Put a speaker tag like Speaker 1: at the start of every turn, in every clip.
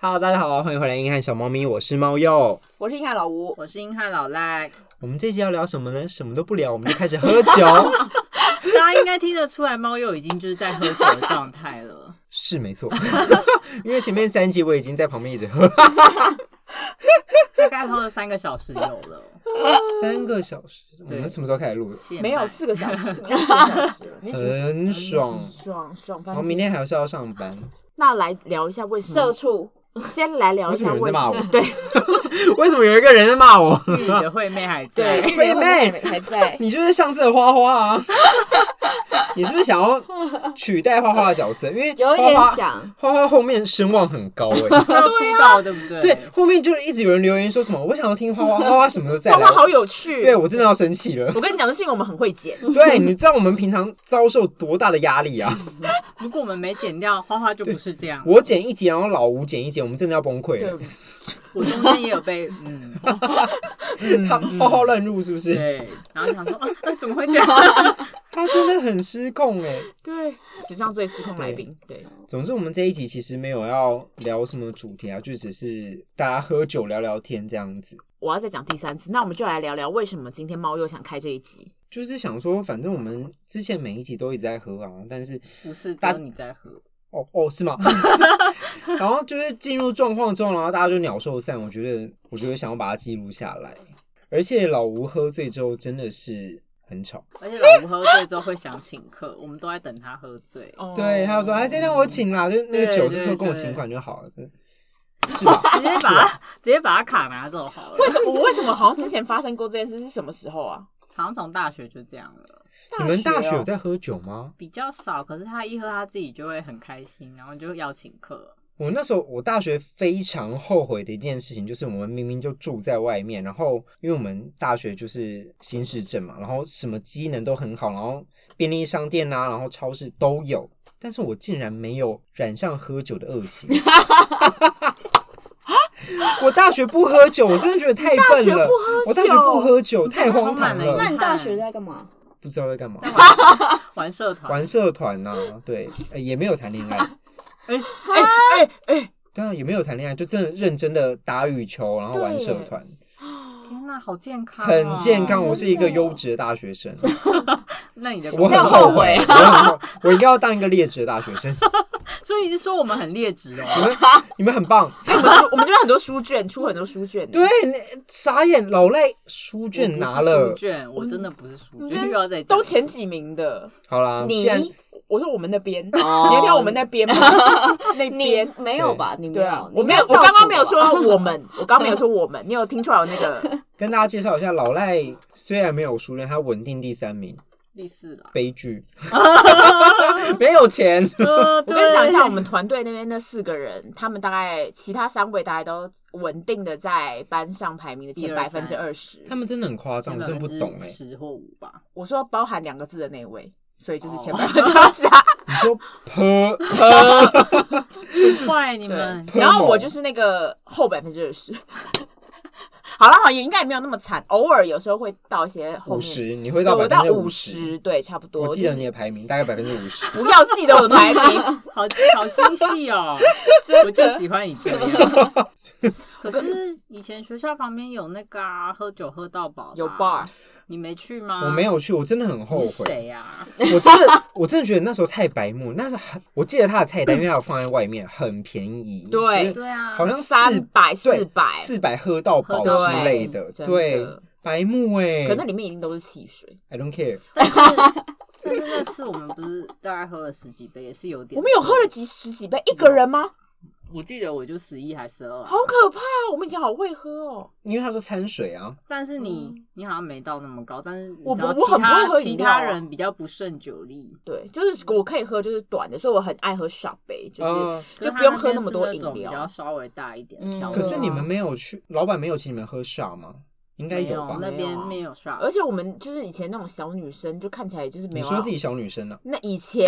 Speaker 1: Hello，大家好，欢迎回来《硬汉小猫咪》，我是猫鼬。
Speaker 2: 我是硬汉老吴，
Speaker 3: 我是英汉老赖，
Speaker 1: 我们这集要聊什么呢？什么都不聊，我们就开始喝 酒。
Speaker 3: 大家应该听得出来，猫又已经就是在喝酒的状态了。
Speaker 1: 是没错， 因为前面三集我已经在旁边一直 喝
Speaker 3: 大概喝了三个小时有了，
Speaker 1: 三个小时。我们什么时候开始录？
Speaker 3: 七点
Speaker 2: 没
Speaker 3: 半
Speaker 2: 有四个小 时，快四个小时
Speaker 4: 哎
Speaker 2: 了，你只
Speaker 1: 很爽。
Speaker 2: 爽爽翻
Speaker 1: 我呃明天还是要上班，
Speaker 4: 那来聊一下为什
Speaker 2: 社
Speaker 4: 么？
Speaker 2: 畜，
Speaker 4: 先来聊一下
Speaker 1: 为什么有
Speaker 4: 为
Speaker 1: 人
Speaker 4: 什
Speaker 1: 在
Speaker 4: 么
Speaker 1: 骂我
Speaker 4: 对
Speaker 1: 为什么有一个人在骂我？
Speaker 3: 自己的惠妹还在。
Speaker 2: 对，
Speaker 1: 妹妹
Speaker 2: 还
Speaker 4: 哎
Speaker 2: 在，
Speaker 1: 你就是上次的花花 啊！你是不是想要取代花花的角色？因为
Speaker 4: 有
Speaker 1: 花
Speaker 4: 点
Speaker 1: 花
Speaker 4: 想
Speaker 1: 花花后面声望很 高哎、
Speaker 3: 要出道对不对？
Speaker 1: 对，后面就一直有人留言说什么我想要听花花，花花什么时候 再
Speaker 4: 画
Speaker 1: 来？
Speaker 4: 画好有趣。
Speaker 1: 对我嗯真的要生气 了。
Speaker 4: 我跟你讲的是因为我们很会剪，
Speaker 1: 对，你知道我们平常遭受多大的压力啊！
Speaker 3: 如果我们没剪掉，花花就不是这样。
Speaker 1: 我剪一集，然后老吴剪一集，我们真的要崩溃了。
Speaker 3: 我中间也有被嗯，
Speaker 1: 他花花乱入是不是？
Speaker 3: 对，然后想说啊，那怎么会这样？
Speaker 1: 他真的很失控哎。
Speaker 4: 对，史上最失控来宾，对，
Speaker 1: 总之，我们这一集其实没有要聊什么主题啊，就只是大家喝酒聊聊天这样子。
Speaker 4: 我要再讲第三次，那我们就来聊聊为什么今天猫又想开这一集。
Speaker 1: 就是想说，反正我们之前每一集都一直在喝啊，但是
Speaker 3: 不是，只有你在喝。
Speaker 1: 哦哦是吗？ 然后就是进入状况之后，然后大家就鸟兽散。我觉得，我觉得想要把它记录下来。而且老吴喝醉之后真的是很吵，
Speaker 3: 而且老吴喝醉之后会想请客，我们都在等他喝醉。
Speaker 4: 哦
Speaker 1: 对，他就说：“哎，今天我请啦，就那个
Speaker 3: 对
Speaker 1: 酒就
Speaker 3: 对
Speaker 1: 是跟我
Speaker 3: 对
Speaker 1: 请款就好了，是吧？”
Speaker 3: 直接把他直接把他卡拿走 好了
Speaker 4: 为。什么我为什么好像之前发生过这件事是什么时候啊？
Speaker 3: 好像从大学就这样了。
Speaker 1: 你们大学有
Speaker 4: 哦
Speaker 1: 在喝酒吗？
Speaker 3: 比较少，可是他一喝他自己就会很开心，然后就要请 客。
Speaker 1: 我那时候，我大学非常后悔的一件事情，就是我们明明就住在外面，然后因为我们大学就是新市镇嘛，然后什么机能都很好，然后便利商店啊，然后超市都有，但是我竟然没有染上喝酒的恶 习。我大学不喝酒，我真的觉得太笨了。我大学不喝酒，太
Speaker 4: 哦
Speaker 1: 荒唐
Speaker 3: 充满了
Speaker 1: 了
Speaker 3: 那，
Speaker 2: 那
Speaker 3: 你
Speaker 2: 你
Speaker 3: 大
Speaker 2: 大
Speaker 3: 学
Speaker 2: 学
Speaker 3: 在
Speaker 2: 在干嘛？
Speaker 1: 不知道在干嘛。
Speaker 3: 玩社团，哎
Speaker 1: 玩社团呐、 对、呃也没有谈恋 爱，
Speaker 4: 哎哎哎，
Speaker 1: 对啊，也没有谈恋爱，就真的认真的打羽球，然后玩社 团，
Speaker 3: 天哪，好健康、
Speaker 1: 很健康。
Speaker 2: 哦
Speaker 1: 我是一个优质的大学生，
Speaker 3: 那你的
Speaker 1: 我
Speaker 3: 工
Speaker 1: 很
Speaker 3: 作，
Speaker 1: 后悔， 我很后我应该要当一个劣质的大学生。
Speaker 3: 所以是说我们很劣质
Speaker 1: 你
Speaker 3: 哦。
Speaker 1: 们你们很棒，
Speaker 4: 哎我们书我们这边很多书卷，出很多书卷。
Speaker 1: 对，，你傻眼，老赖书卷拿
Speaker 3: 我不是
Speaker 1: 了
Speaker 3: 书，卷，我真的不是书
Speaker 4: 我
Speaker 3: 卷，
Speaker 4: 嗯们
Speaker 3: 又要再讲
Speaker 4: 都前几名的。
Speaker 1: 好啦，
Speaker 2: 你
Speaker 1: 既然
Speaker 4: 我说我们那边， 你
Speaker 2: 哦
Speaker 4: 要跳我们那边吗？那
Speaker 2: 你
Speaker 4: 边。
Speaker 2: 没有吧？你没
Speaker 4: 对啊
Speaker 2: 有，，
Speaker 4: 我
Speaker 2: 你
Speaker 4: 没有，
Speaker 2: 应该是
Speaker 4: 我刚
Speaker 2: 倒数
Speaker 4: 刚没有
Speaker 2: 的
Speaker 4: 说
Speaker 2: 吧
Speaker 4: 我们， 我刚刚没有说我们，你有听出来我那个？
Speaker 1: 跟大家介绍一下，老赖虽然没有书卷，他稳定第三名，
Speaker 3: 第四 了。
Speaker 1: 悲 剧，没有钱，
Speaker 3: 呃，
Speaker 4: 我
Speaker 3: 对
Speaker 4: 跟你讲一下，我们团队那边那四个人，他们大概其他三位大概都稳定的在班上排名的前
Speaker 3: 一二
Speaker 4: 百
Speaker 3: 三
Speaker 4: 分之二十
Speaker 1: 他。们真的很夸张，我真的不懂哎、
Speaker 3: 十或五 吧。
Speaker 4: 我说包含两个字的那位，所以就是前
Speaker 3: 哦
Speaker 4: 百分之二十。
Speaker 1: 你说泼
Speaker 3: 坏你
Speaker 4: 对
Speaker 3: 们，
Speaker 4: 然后我就是那个后百分之二十。 好了，好像也应该也没有那么惨，偶尔有时候会到一些后
Speaker 1: 五
Speaker 4: 面，
Speaker 1: 十，你会
Speaker 4: 对
Speaker 1: 到
Speaker 4: 我
Speaker 1: 百
Speaker 4: 到
Speaker 1: 分之
Speaker 4: 五
Speaker 1: 十。
Speaker 4: 十，对，差不多。
Speaker 1: 我记得
Speaker 4: 就是
Speaker 1: 你的排名大概百分 之五十。
Speaker 4: 不要记得我的排 名，
Speaker 3: 好好心 细哦，我就喜欢你这样。可是以前学校旁边有那个啊，喝酒喝到饱的啊
Speaker 4: 有 bar。
Speaker 3: 你没去吗？
Speaker 1: 我没有去，我真的很后
Speaker 3: 你是
Speaker 1: 悔。
Speaker 3: 谁啊呀？
Speaker 1: 我真的， 我真的觉得那时候太白目。那时候很我记得它的菜单，因为它有放在外面，很便 宜。
Speaker 4: 对
Speaker 1: 就是
Speaker 3: 对啊，
Speaker 1: 好像
Speaker 4: 三百
Speaker 1: 对
Speaker 4: 四百，
Speaker 1: 四百喝到饱
Speaker 3: 喝到
Speaker 1: 之
Speaker 3: 饱
Speaker 1: 类的。
Speaker 4: 真的
Speaker 1: 对，白目哎、
Speaker 4: 可那里面一定都是汽水。
Speaker 1: I don't care。
Speaker 3: 但是但是那次我们不是大概喝了十几杯，也是有点。
Speaker 4: 我们有喝了，几十几杯，一个人吗？
Speaker 3: 我记得我就十一还十二、
Speaker 1: 哎
Speaker 3: 啊
Speaker 4: 好。可怕、哦！我们以前好会喝哦。
Speaker 1: 因为它都掺水啊，
Speaker 3: 但是你、你好像没到那么高，但是你
Speaker 4: 嗯我
Speaker 3: 知道
Speaker 4: 不我
Speaker 3: 其
Speaker 4: 很不
Speaker 3: 他
Speaker 4: 会喝
Speaker 3: 其
Speaker 4: 饮料啊
Speaker 3: 他人比较不胜酒力，
Speaker 4: 对，就是我可以喝，就是短的，所以我很爱喝小杯，就是、
Speaker 1: 嗯
Speaker 4: 就
Speaker 3: 可是
Speaker 4: 不用
Speaker 3: 他
Speaker 4: 喝
Speaker 3: 边
Speaker 4: 那么
Speaker 3: 是
Speaker 4: 多饮
Speaker 3: 种比较
Speaker 4: 料。
Speaker 3: 稍微大一点
Speaker 4: 嗯
Speaker 3: 调的。
Speaker 1: 可
Speaker 4: 对
Speaker 1: 是
Speaker 4: 啊
Speaker 1: 你们没有去，老板没有请你们喝下吗？应该
Speaker 3: 没有
Speaker 1: 吧？
Speaker 3: 那
Speaker 4: 没有
Speaker 3: 边
Speaker 4: 啊
Speaker 3: 没有刷，
Speaker 4: 而且我们就是以前那种小女生，就看起来就是没
Speaker 1: 你
Speaker 4: 有啊。
Speaker 1: 说自己小女生呢、
Speaker 4: 那以 前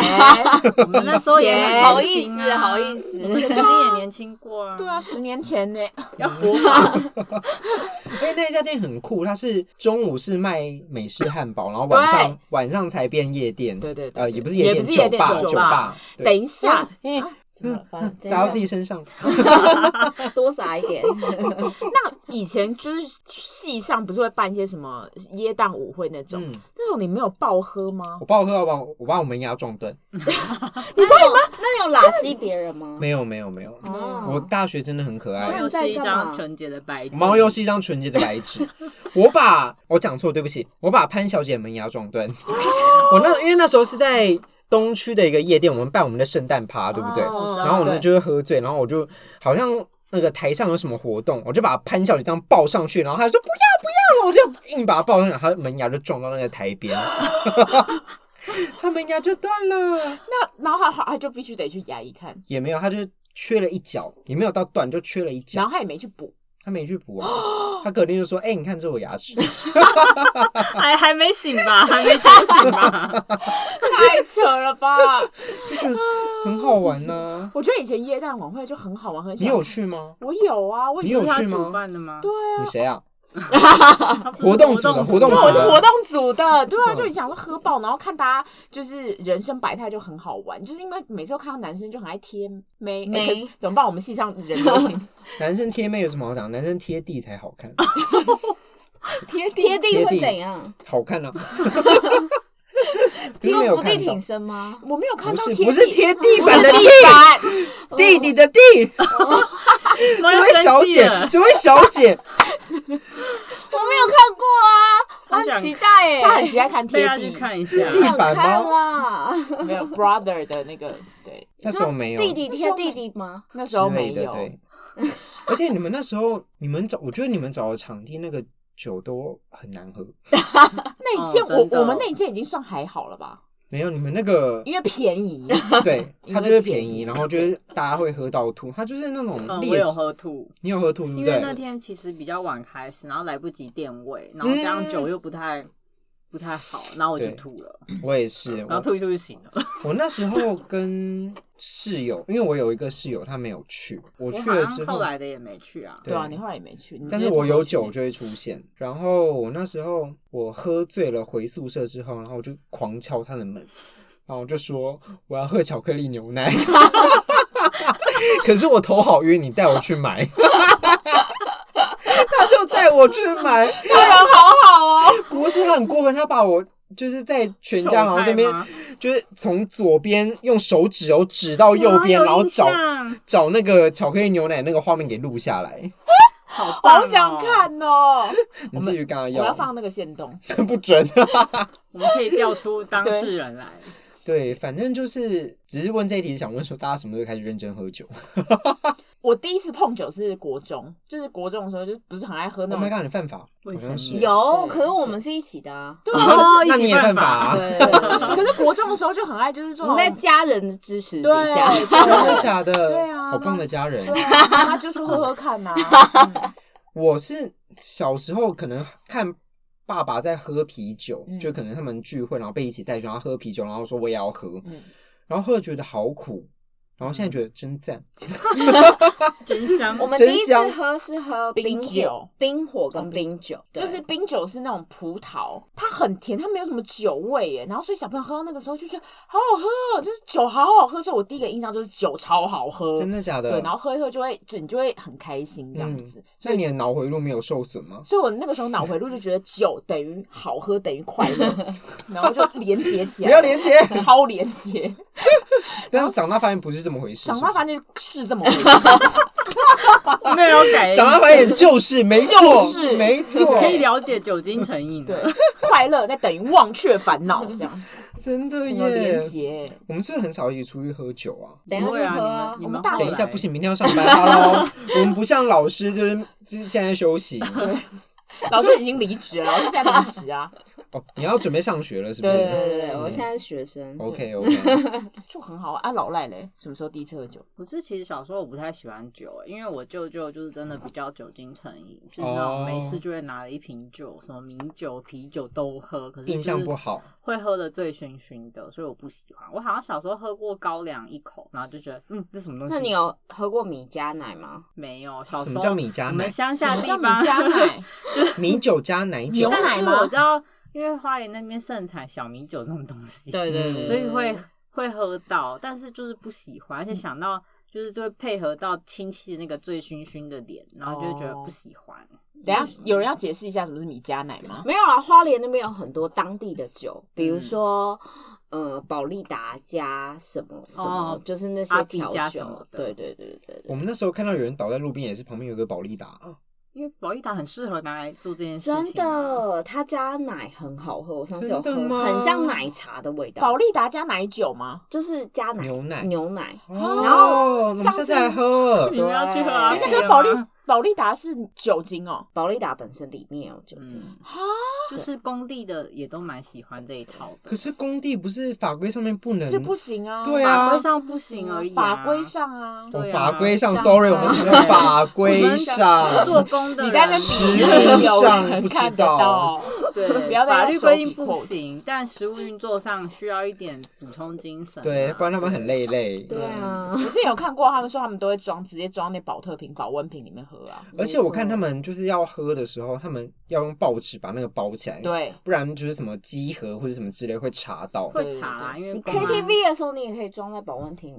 Speaker 3: 我们那时候也很
Speaker 4: 以前
Speaker 2: 好
Speaker 3: 年
Speaker 2: 意
Speaker 3: 轻
Speaker 2: 思，
Speaker 3: 啊
Speaker 2: 好意思，
Speaker 3: 我们曾经也年轻过啊。
Speaker 4: 对啊，，十年前呢，
Speaker 3: 要活法。
Speaker 1: 因为那家店很酷，它是中午是卖美式汉堡，然后晚上晚上才变夜店。
Speaker 4: 对对对
Speaker 1: 呃，
Speaker 4: 对
Speaker 1: 也不是
Speaker 4: 也
Speaker 1: 夜
Speaker 4: 不
Speaker 1: 店，
Speaker 4: 是夜店
Speaker 1: 吧，
Speaker 4: 酒
Speaker 1: 吧
Speaker 4: 吧。啊
Speaker 1: 对
Speaker 4: 等一下，
Speaker 1: 因为
Speaker 5: 怎么了发生？
Speaker 1: 撒到自己身上。
Speaker 5: 多撒一点。
Speaker 4: 那以前就是戏上不是会办一些什么椰蛋舞会那种，
Speaker 1: 嗯，
Speaker 4: 那种你没有爆喝吗
Speaker 1: 我？爸喝，我把我把我门牙撞断。
Speaker 5: 你有吗？那有拉击别人吗？
Speaker 1: 没有没有没有，
Speaker 5: 哦
Speaker 1: 我大学真的很可
Speaker 5: 那
Speaker 1: 爱。
Speaker 5: 你
Speaker 3: 又
Speaker 5: 在
Speaker 3: 是一
Speaker 5: 干
Speaker 3: 张
Speaker 5: 嘛
Speaker 3: 纯洁的白纸。
Speaker 1: 猫又是一张纯洁的白 纸，我把我讲错，对不起，我把潘小姐门牙撞断。
Speaker 5: 哦
Speaker 1: 我那因为那时候是在东区的一个夜店，我们办我们的圣诞趴，对不对？
Speaker 4: 哦
Speaker 1: 然后我呢
Speaker 4: 对
Speaker 1: 就会喝醉，然后我就好像那个台上有什么活动，我就把潘小姐这样抱上去，然后她就说不要不要了，我就硬把她抱上去，她的门牙就撞到那个台边，她门牙就断了，
Speaker 4: 那然后他他就必须得去牙医看，
Speaker 1: 也没有，她就缺了一角，也没有到断，就缺了一
Speaker 4: 然
Speaker 1: 角，
Speaker 4: 后他也没去补，
Speaker 1: 她没去补啊，她隔天就说，哎、你看这是我牙齿，
Speaker 3: 还还没醒吧？还没酒 醒吧？
Speaker 4: 太扯了吧！
Speaker 1: 就是很好玩呢、
Speaker 4: 我觉得以前椰蛋晚会就很好玩，很喜
Speaker 1: 你
Speaker 4: 欢
Speaker 1: 有？去吗？
Speaker 4: 我有啊，我以
Speaker 1: 你
Speaker 4: 前
Speaker 1: 有
Speaker 3: 是他
Speaker 1: 去
Speaker 3: 主
Speaker 1: 吗？
Speaker 3: 办的吗？
Speaker 4: 对啊
Speaker 1: 你，谁啊？
Speaker 3: 他不是
Speaker 1: 活动组的活动
Speaker 4: 对，
Speaker 1: 组
Speaker 4: 我是
Speaker 1: 的觉得
Speaker 4: 活动组的，对啊，
Speaker 1: 嗯
Speaker 4: 就你想说喝爆，然后看大家就是人生百态就很好玩，就是因为每次都看到男生就很爱贴眉，
Speaker 5: 眉
Speaker 4: 哎可是怎么办？我们系上人都挺
Speaker 1: 男生贴妹有什么好讲？男生贴地才好看，
Speaker 5: 贴贴地会怎样？
Speaker 1: 好看啊！ 真的没
Speaker 5: 做
Speaker 1: 有
Speaker 5: 伏
Speaker 1: 看
Speaker 5: 地
Speaker 1: 到
Speaker 5: 挺。身吗？
Speaker 4: 我没有看
Speaker 1: 不
Speaker 4: 到
Speaker 1: 是
Speaker 4: 啊贴
Speaker 1: 不是
Speaker 4: 地
Speaker 1: 贴地板
Speaker 4: 我
Speaker 1: 的
Speaker 4: 的
Speaker 1: 地
Speaker 4: 地板，
Speaker 1: 弟弟的弟，
Speaker 3: 猫
Speaker 1: 这
Speaker 3: 又
Speaker 1: 位小
Speaker 3: 生气
Speaker 1: 姐
Speaker 3: 了，
Speaker 1: 这位小姐，
Speaker 5: 我没有看过啊，我
Speaker 3: 很想
Speaker 5: 很期待
Speaker 4: 他很
Speaker 5: 耶，
Speaker 4: 喜欢看
Speaker 3: 大
Speaker 4: 贴
Speaker 3: 家去
Speaker 4: 地，
Speaker 3: 啊看一下。
Speaker 1: 地
Speaker 5: 想
Speaker 1: 板
Speaker 5: 看
Speaker 1: 吗？
Speaker 5: 啦。
Speaker 4: 没 有 brother 的那个对，
Speaker 1: 那时候没有
Speaker 5: 弟弟贴弟弟吗？
Speaker 4: 那时
Speaker 1: 之
Speaker 4: 候没
Speaker 1: 类的，
Speaker 4: 有，
Speaker 1: 对。 而且你们那时候，你们找，我觉得你们找的场地那个酒都很难喝。
Speaker 4: 那一届
Speaker 3: 哦
Speaker 4: 我
Speaker 3: 真的
Speaker 4: 我们那一届已经算还好了吧，
Speaker 1: 没有，你们 那个
Speaker 4: 因为便 宜，
Speaker 1: 对，
Speaker 4: 因
Speaker 1: 它
Speaker 4: 为
Speaker 1: 就是
Speaker 4: 便
Speaker 1: 便宜，然后就是大家会喝到吐，它就是那种
Speaker 3: 嗯，
Speaker 1: 劣
Speaker 3: 我有
Speaker 1: 质。
Speaker 3: 喝吐，
Speaker 1: 你有喝嗯吐对不
Speaker 3: 因为那
Speaker 1: 对？
Speaker 3: 天其实比较晚开始，然后来不及垫位，然后加上酒又不太不太好，然后我就
Speaker 1: 对
Speaker 3: 吐了，
Speaker 1: 我也是，
Speaker 3: 然后
Speaker 1: 我
Speaker 3: 吐一吐就醒了。
Speaker 1: 我那时候跟室友，因为我有一个室友他没有去，我
Speaker 3: 我
Speaker 1: 去
Speaker 3: 好
Speaker 1: 了
Speaker 3: 像
Speaker 1: 之
Speaker 3: 后来的也没去啊，
Speaker 1: 对
Speaker 4: 对啊，你后来也没去，你
Speaker 1: 但
Speaker 4: 直
Speaker 1: 是
Speaker 4: 接
Speaker 1: 我
Speaker 4: 偷偷
Speaker 1: 有
Speaker 4: 去
Speaker 1: 酒就会出现。然后我那时候我喝醉了回宿舍之后，然后我就狂敲他的门，然后我就说我要喝巧克力牛奶。 可是我头好晕，你带我去买。 他就带我去买，
Speaker 4: 那个人啊好好哦，
Speaker 1: 不是他很过分，他把我就是在全家，然后那
Speaker 3: 这
Speaker 1: 边就是从左边用手指哦指到右边，然后找找那个巧克力牛奶那个画面给录下来。
Speaker 3: 好棒哦
Speaker 4: 好想。看哦，
Speaker 1: 你至于跟他
Speaker 4: 我
Speaker 1: 要
Speaker 4: 要放那个线动。
Speaker 1: 不准。啊
Speaker 3: 我们可以调出当事人来，
Speaker 1: 对，反正就是只是问这一题，想问说大家什么时候开始认真喝酒
Speaker 4: 我第一次碰酒是国中，就是国中的时候，就是不是很爱喝那
Speaker 1: ？Oh
Speaker 4: 种
Speaker 1: my god，你犯法，好
Speaker 3: 为什
Speaker 1: 像
Speaker 3: 么
Speaker 1: 是。
Speaker 5: 有，
Speaker 4: 对
Speaker 5: 可是我们是一起的啊。
Speaker 4: 对
Speaker 3: 哦，
Speaker 1: 那
Speaker 3: 一
Speaker 1: 你
Speaker 3: 起
Speaker 1: 也
Speaker 3: 犯
Speaker 1: 犯法啊
Speaker 5: 对，对 对
Speaker 4: 可是国中的时候就很爱，就是
Speaker 5: 我
Speaker 4: 说
Speaker 5: 们在家人的支持底
Speaker 4: 啊对啊
Speaker 5: 下，
Speaker 1: 真的 假的？
Speaker 4: 对啊
Speaker 1: 好棒的家人
Speaker 4: 对。啊，他就是喝喝看 呐、啊。
Speaker 1: 我是小时候可能看爸爸在喝啤酒，
Speaker 4: 嗯
Speaker 1: 就可能他们聚会，然后被一起带去，然后喝啤酒，然后说我也要喝，
Speaker 4: 嗯
Speaker 1: 然后喝了觉得好苦，然后现在觉得真赞。
Speaker 3: 真香
Speaker 5: 我。们第一
Speaker 1: 真
Speaker 5: 次
Speaker 1: 香
Speaker 5: 喝是喝
Speaker 4: 冰
Speaker 5: 火
Speaker 4: 酒、
Speaker 5: 冰火跟冰酒，对
Speaker 4: 就是冰酒是那种葡萄，它很甜，它没有什么酒味耶。然后所以小朋友喝到那个时候就觉得好好喝哦，就是酒好好喝。所以我第一个印象就是酒超好喝，
Speaker 1: 真的假的？
Speaker 4: 对，然后喝一喝就会，就你就会很开心这样子。
Speaker 1: 嗯那你的脑回路没有受损吗？
Speaker 4: 所以我那个时候脑回路就觉得酒等于好喝等于快乐， 然后就连接起
Speaker 1: 不
Speaker 4: 来，
Speaker 1: 要连接，
Speaker 4: 超连接。
Speaker 1: 但是长大发现不是这么回事。
Speaker 4: 长
Speaker 1: 是不
Speaker 4: 大
Speaker 1: 是
Speaker 4: 发现是这么回 事，
Speaker 3: 没有改，
Speaker 1: 长大发现就是没错，
Speaker 4: 就是
Speaker 1: 没错，
Speaker 3: 可以了解酒精成瘾。
Speaker 4: 对，，快乐再等于忘却烦恼，这样
Speaker 1: 真的
Speaker 4: 整个连
Speaker 1: 耶。
Speaker 4: 接。
Speaker 1: 我们是不是很少一起出去喝酒啊？
Speaker 5: 等一下
Speaker 3: 不会
Speaker 5: 就
Speaker 3: 啊
Speaker 5: 喝啊
Speaker 3: 你们你
Speaker 4: 我们
Speaker 3: 们
Speaker 4: 大
Speaker 3: 后
Speaker 4: 学
Speaker 1: 等一下，
Speaker 3: 来
Speaker 1: 不行，明天要上班哈喽。我们不像老师，就是就是现在休息。
Speaker 4: 老师已经离职了，老师现在离职啊，
Speaker 1: 哦，你要准备上学了，是不
Speaker 5: 对
Speaker 1: 是
Speaker 5: 对对对，我现在是学生，
Speaker 1: ？OK OK，
Speaker 4: 就很好啊。啊老赖嘞，什么时候第一次喝酒？
Speaker 3: 我是其实小时候我不太喜欢酒，欸因为我舅舅就是真的比较酒精成瘾，是
Speaker 1: 哦
Speaker 3: 那种没事就会拿了一瓶酒，什么米酒、啤酒都喝，可是
Speaker 1: 印象不，好。
Speaker 3: 会喝的醉醺醺的，所以我不喜欢。我好像小时候喝过高粱一口，然后就觉得嗯，这什么东西？
Speaker 5: 那你有喝过米加奶吗？
Speaker 3: 没有？小时候
Speaker 1: 什么叫米加奶
Speaker 3: 我们乡下
Speaker 4: 什
Speaker 3: 地
Speaker 4: 么叫
Speaker 3: 方
Speaker 4: 米加 奶？
Speaker 1: 米酒加奶酒
Speaker 4: 牛，奶
Speaker 3: 但是
Speaker 4: 吗
Speaker 3: 我知道，因为花莲那边盛产小米酒那种东西，
Speaker 5: 对对
Speaker 4: 嗯
Speaker 5: 对，
Speaker 3: 所以会
Speaker 5: 对
Speaker 3: 会喝到，但是就是不喜欢，而且想到就是就会配合到亲戚那个醉醺醺的脸，然后就会觉得
Speaker 4: 哦
Speaker 3: 不喜欢。
Speaker 4: 等一下有人要解释一下什么是米加奶吗？
Speaker 5: 没有啦，花莲那边有很多当地的酒，比如说、呃宝利达加什么什么，
Speaker 3: 哦
Speaker 5: 就是那
Speaker 3: 阿
Speaker 5: 些
Speaker 3: 比
Speaker 5: 调
Speaker 3: 加什
Speaker 5: 酒
Speaker 3: 么。的
Speaker 5: 对对对对
Speaker 1: 我
Speaker 5: 对，
Speaker 1: 们那时候看到有人倒在路边，也是旁边有一个保利达啊，
Speaker 3: 因为宝益达很适合拿来做这件事
Speaker 5: 真
Speaker 3: 情啊、
Speaker 5: 的，他家奶很好喝，我上次有喝
Speaker 1: 真的，吗
Speaker 5: 很像奶茶的味
Speaker 4: 宝
Speaker 5: 道，
Speaker 4: 利达加奶酒吗？
Speaker 5: 就是加奶
Speaker 1: 牛奶
Speaker 5: 牛奶。
Speaker 1: 然后哦我们下
Speaker 4: 上
Speaker 1: 次
Speaker 4: 次
Speaker 1: 来喝
Speaker 3: 你。们要去喝啊？
Speaker 4: 等一下，
Speaker 5: 哎
Speaker 4: 可是宝利宝利达是酒精哦。
Speaker 5: 宝利达本身里面有酒精，
Speaker 3: 嗯，
Speaker 4: 啊，
Speaker 3: 就是工地的也都蛮喜欢这一套的。
Speaker 1: 可是工地不是法规上面不能
Speaker 4: 是不行啊。
Speaker 1: 对啊
Speaker 3: 法规上不行而已、啊，
Speaker 4: 法规上啊。
Speaker 1: 我
Speaker 3: 对啊
Speaker 1: 哦法规上
Speaker 4: 上
Speaker 1: ，sorry，我们只能法规
Speaker 3: 我们做
Speaker 1: 上。
Speaker 3: 工的人
Speaker 4: 你在那边
Speaker 1: 实
Speaker 4: 比
Speaker 1: 物
Speaker 4: 有
Speaker 1: 上
Speaker 4: 人
Speaker 1: 不知
Speaker 4: 看得
Speaker 1: 道
Speaker 4: 到，
Speaker 3: 对，
Speaker 4: 不要再
Speaker 3: 法
Speaker 4: 用
Speaker 3: 律
Speaker 4: 手
Speaker 3: 规
Speaker 4: 比
Speaker 3: 定不
Speaker 4: quote
Speaker 3: 行，但实务运作上需要一点补充精神、啊
Speaker 1: 对，不然他们很。累累。
Speaker 5: 对啊，
Speaker 4: 我之前有看过，他们说他们都会装，直接装那保特瓶、保温瓶里面喝啊。
Speaker 1: 而且我看他们就是要喝的时候，他们要用报纸把那个包起来，
Speaker 4: 对，
Speaker 1: 不然就是什么集合或者什么之类会查到。
Speaker 3: 会查啦，因为
Speaker 5: 你
Speaker 3: 公安
Speaker 5: KTV 的时候你也可以装在保温瓶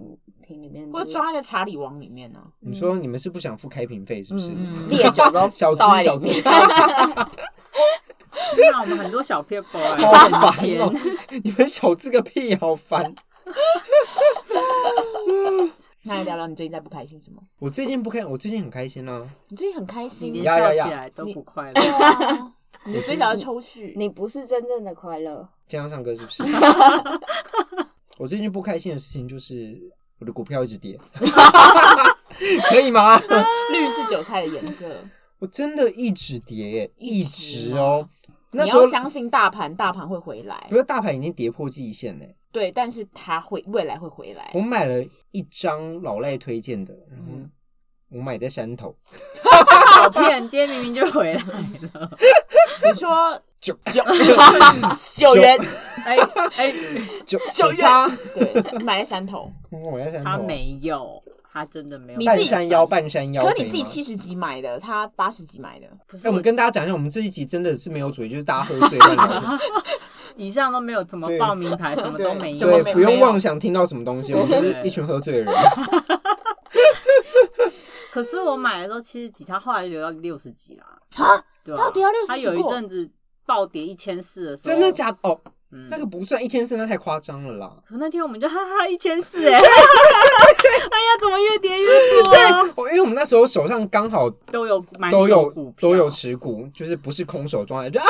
Speaker 5: 瓶里面，
Speaker 4: 或
Speaker 5: 就
Speaker 4: 者
Speaker 5: 是
Speaker 4: 装在那个茶里往里面啊呢。
Speaker 1: 你说你们是不想付开瓶费是不是？
Speaker 4: 嗯 嗯
Speaker 5: 烈酒都
Speaker 1: 小资
Speaker 5: 倒在
Speaker 1: 小
Speaker 5: 里
Speaker 1: 资
Speaker 5: 面，，
Speaker 1: 哦
Speaker 3: 那我们很多小 people 啊，
Speaker 1: 好
Speaker 3: 很
Speaker 1: 烦
Speaker 3: 闲
Speaker 1: 哦、 你们小资个屁，好烦。
Speaker 4: 那来聊聊你最近在不开心什么？
Speaker 1: 我最近不开，我最近很开心啊。
Speaker 4: 你最近很开
Speaker 3: 你
Speaker 4: 心
Speaker 3: 连
Speaker 1: 呀
Speaker 4: 啊，
Speaker 3: 笑
Speaker 1: 呀
Speaker 3: 起
Speaker 1: 呀
Speaker 3: 来都
Speaker 4: 你
Speaker 3: 不快乐。
Speaker 4: 你最近在抽蓄，
Speaker 5: 你不是真正的快乐。
Speaker 1: 这样唱歌是不 是？我最近不开心的事情就是我的股票一直跌， 可以吗？
Speaker 4: 绿是韭菜的颜色。
Speaker 1: 我真的一直跌耶，一
Speaker 4: 一直
Speaker 1: 直哦。那
Speaker 4: 你
Speaker 1: 时候
Speaker 4: 要相信大盘，大盘会回来
Speaker 1: 不。是大盘已经跌破季线嘞，
Speaker 4: 对，但是它会未来会回来
Speaker 1: 我。买了一张老赖推荐的，然后
Speaker 4: 嗯
Speaker 1: 我买在山头，
Speaker 3: 好骗，今天明明就回来了。
Speaker 4: 你说
Speaker 1: 九九啊
Speaker 4: 九元，
Speaker 3: 哎 哎，
Speaker 1: 九
Speaker 4: 九
Speaker 1: 九
Speaker 4: 月
Speaker 1: 叉，
Speaker 4: 对，你买在山 头，
Speaker 1: 我买在山头，啊
Speaker 3: 他没有，他真的没有。
Speaker 4: 你自
Speaker 1: 半
Speaker 4: 己
Speaker 1: 山腰半山腰。
Speaker 4: 可是你自己
Speaker 1: 可以吗
Speaker 4: 七十几买的，他八十几买的，
Speaker 3: 不是
Speaker 1: 哎、我们跟大家讲一下，我们这一集真的是没有主题，就是大家喝醉乱聊，
Speaker 3: 以上都没有怎么
Speaker 1: 对
Speaker 3: 报名牌，什么都
Speaker 4: 对
Speaker 3: 没
Speaker 4: 什么
Speaker 3: 有
Speaker 4: 没。
Speaker 1: 对，不用妄想听到什么东西，我们就是一群喝醉的人。
Speaker 3: 可是我买的时候七十几，他后来有到六十几啦。
Speaker 4: 啊，
Speaker 3: 对
Speaker 4: 到
Speaker 3: 啊，
Speaker 4: 底要六
Speaker 3: 他
Speaker 4: 十几
Speaker 3: 有一
Speaker 4: 过？
Speaker 3: 阵子暴跌一千四的时候，
Speaker 1: 真的假的？哦，
Speaker 3: 嗯
Speaker 1: 那个不算一千四，那太夸张了啦。
Speaker 3: 可那天我们就哈哈一千四 哎，哎呀，怎么越跌越多？啊
Speaker 1: 哦我因为我们那时候手上刚好
Speaker 3: 都有买
Speaker 1: 都
Speaker 3: 手
Speaker 1: 有
Speaker 3: 股票
Speaker 1: 都有持股，就是不是空手状态，就啊，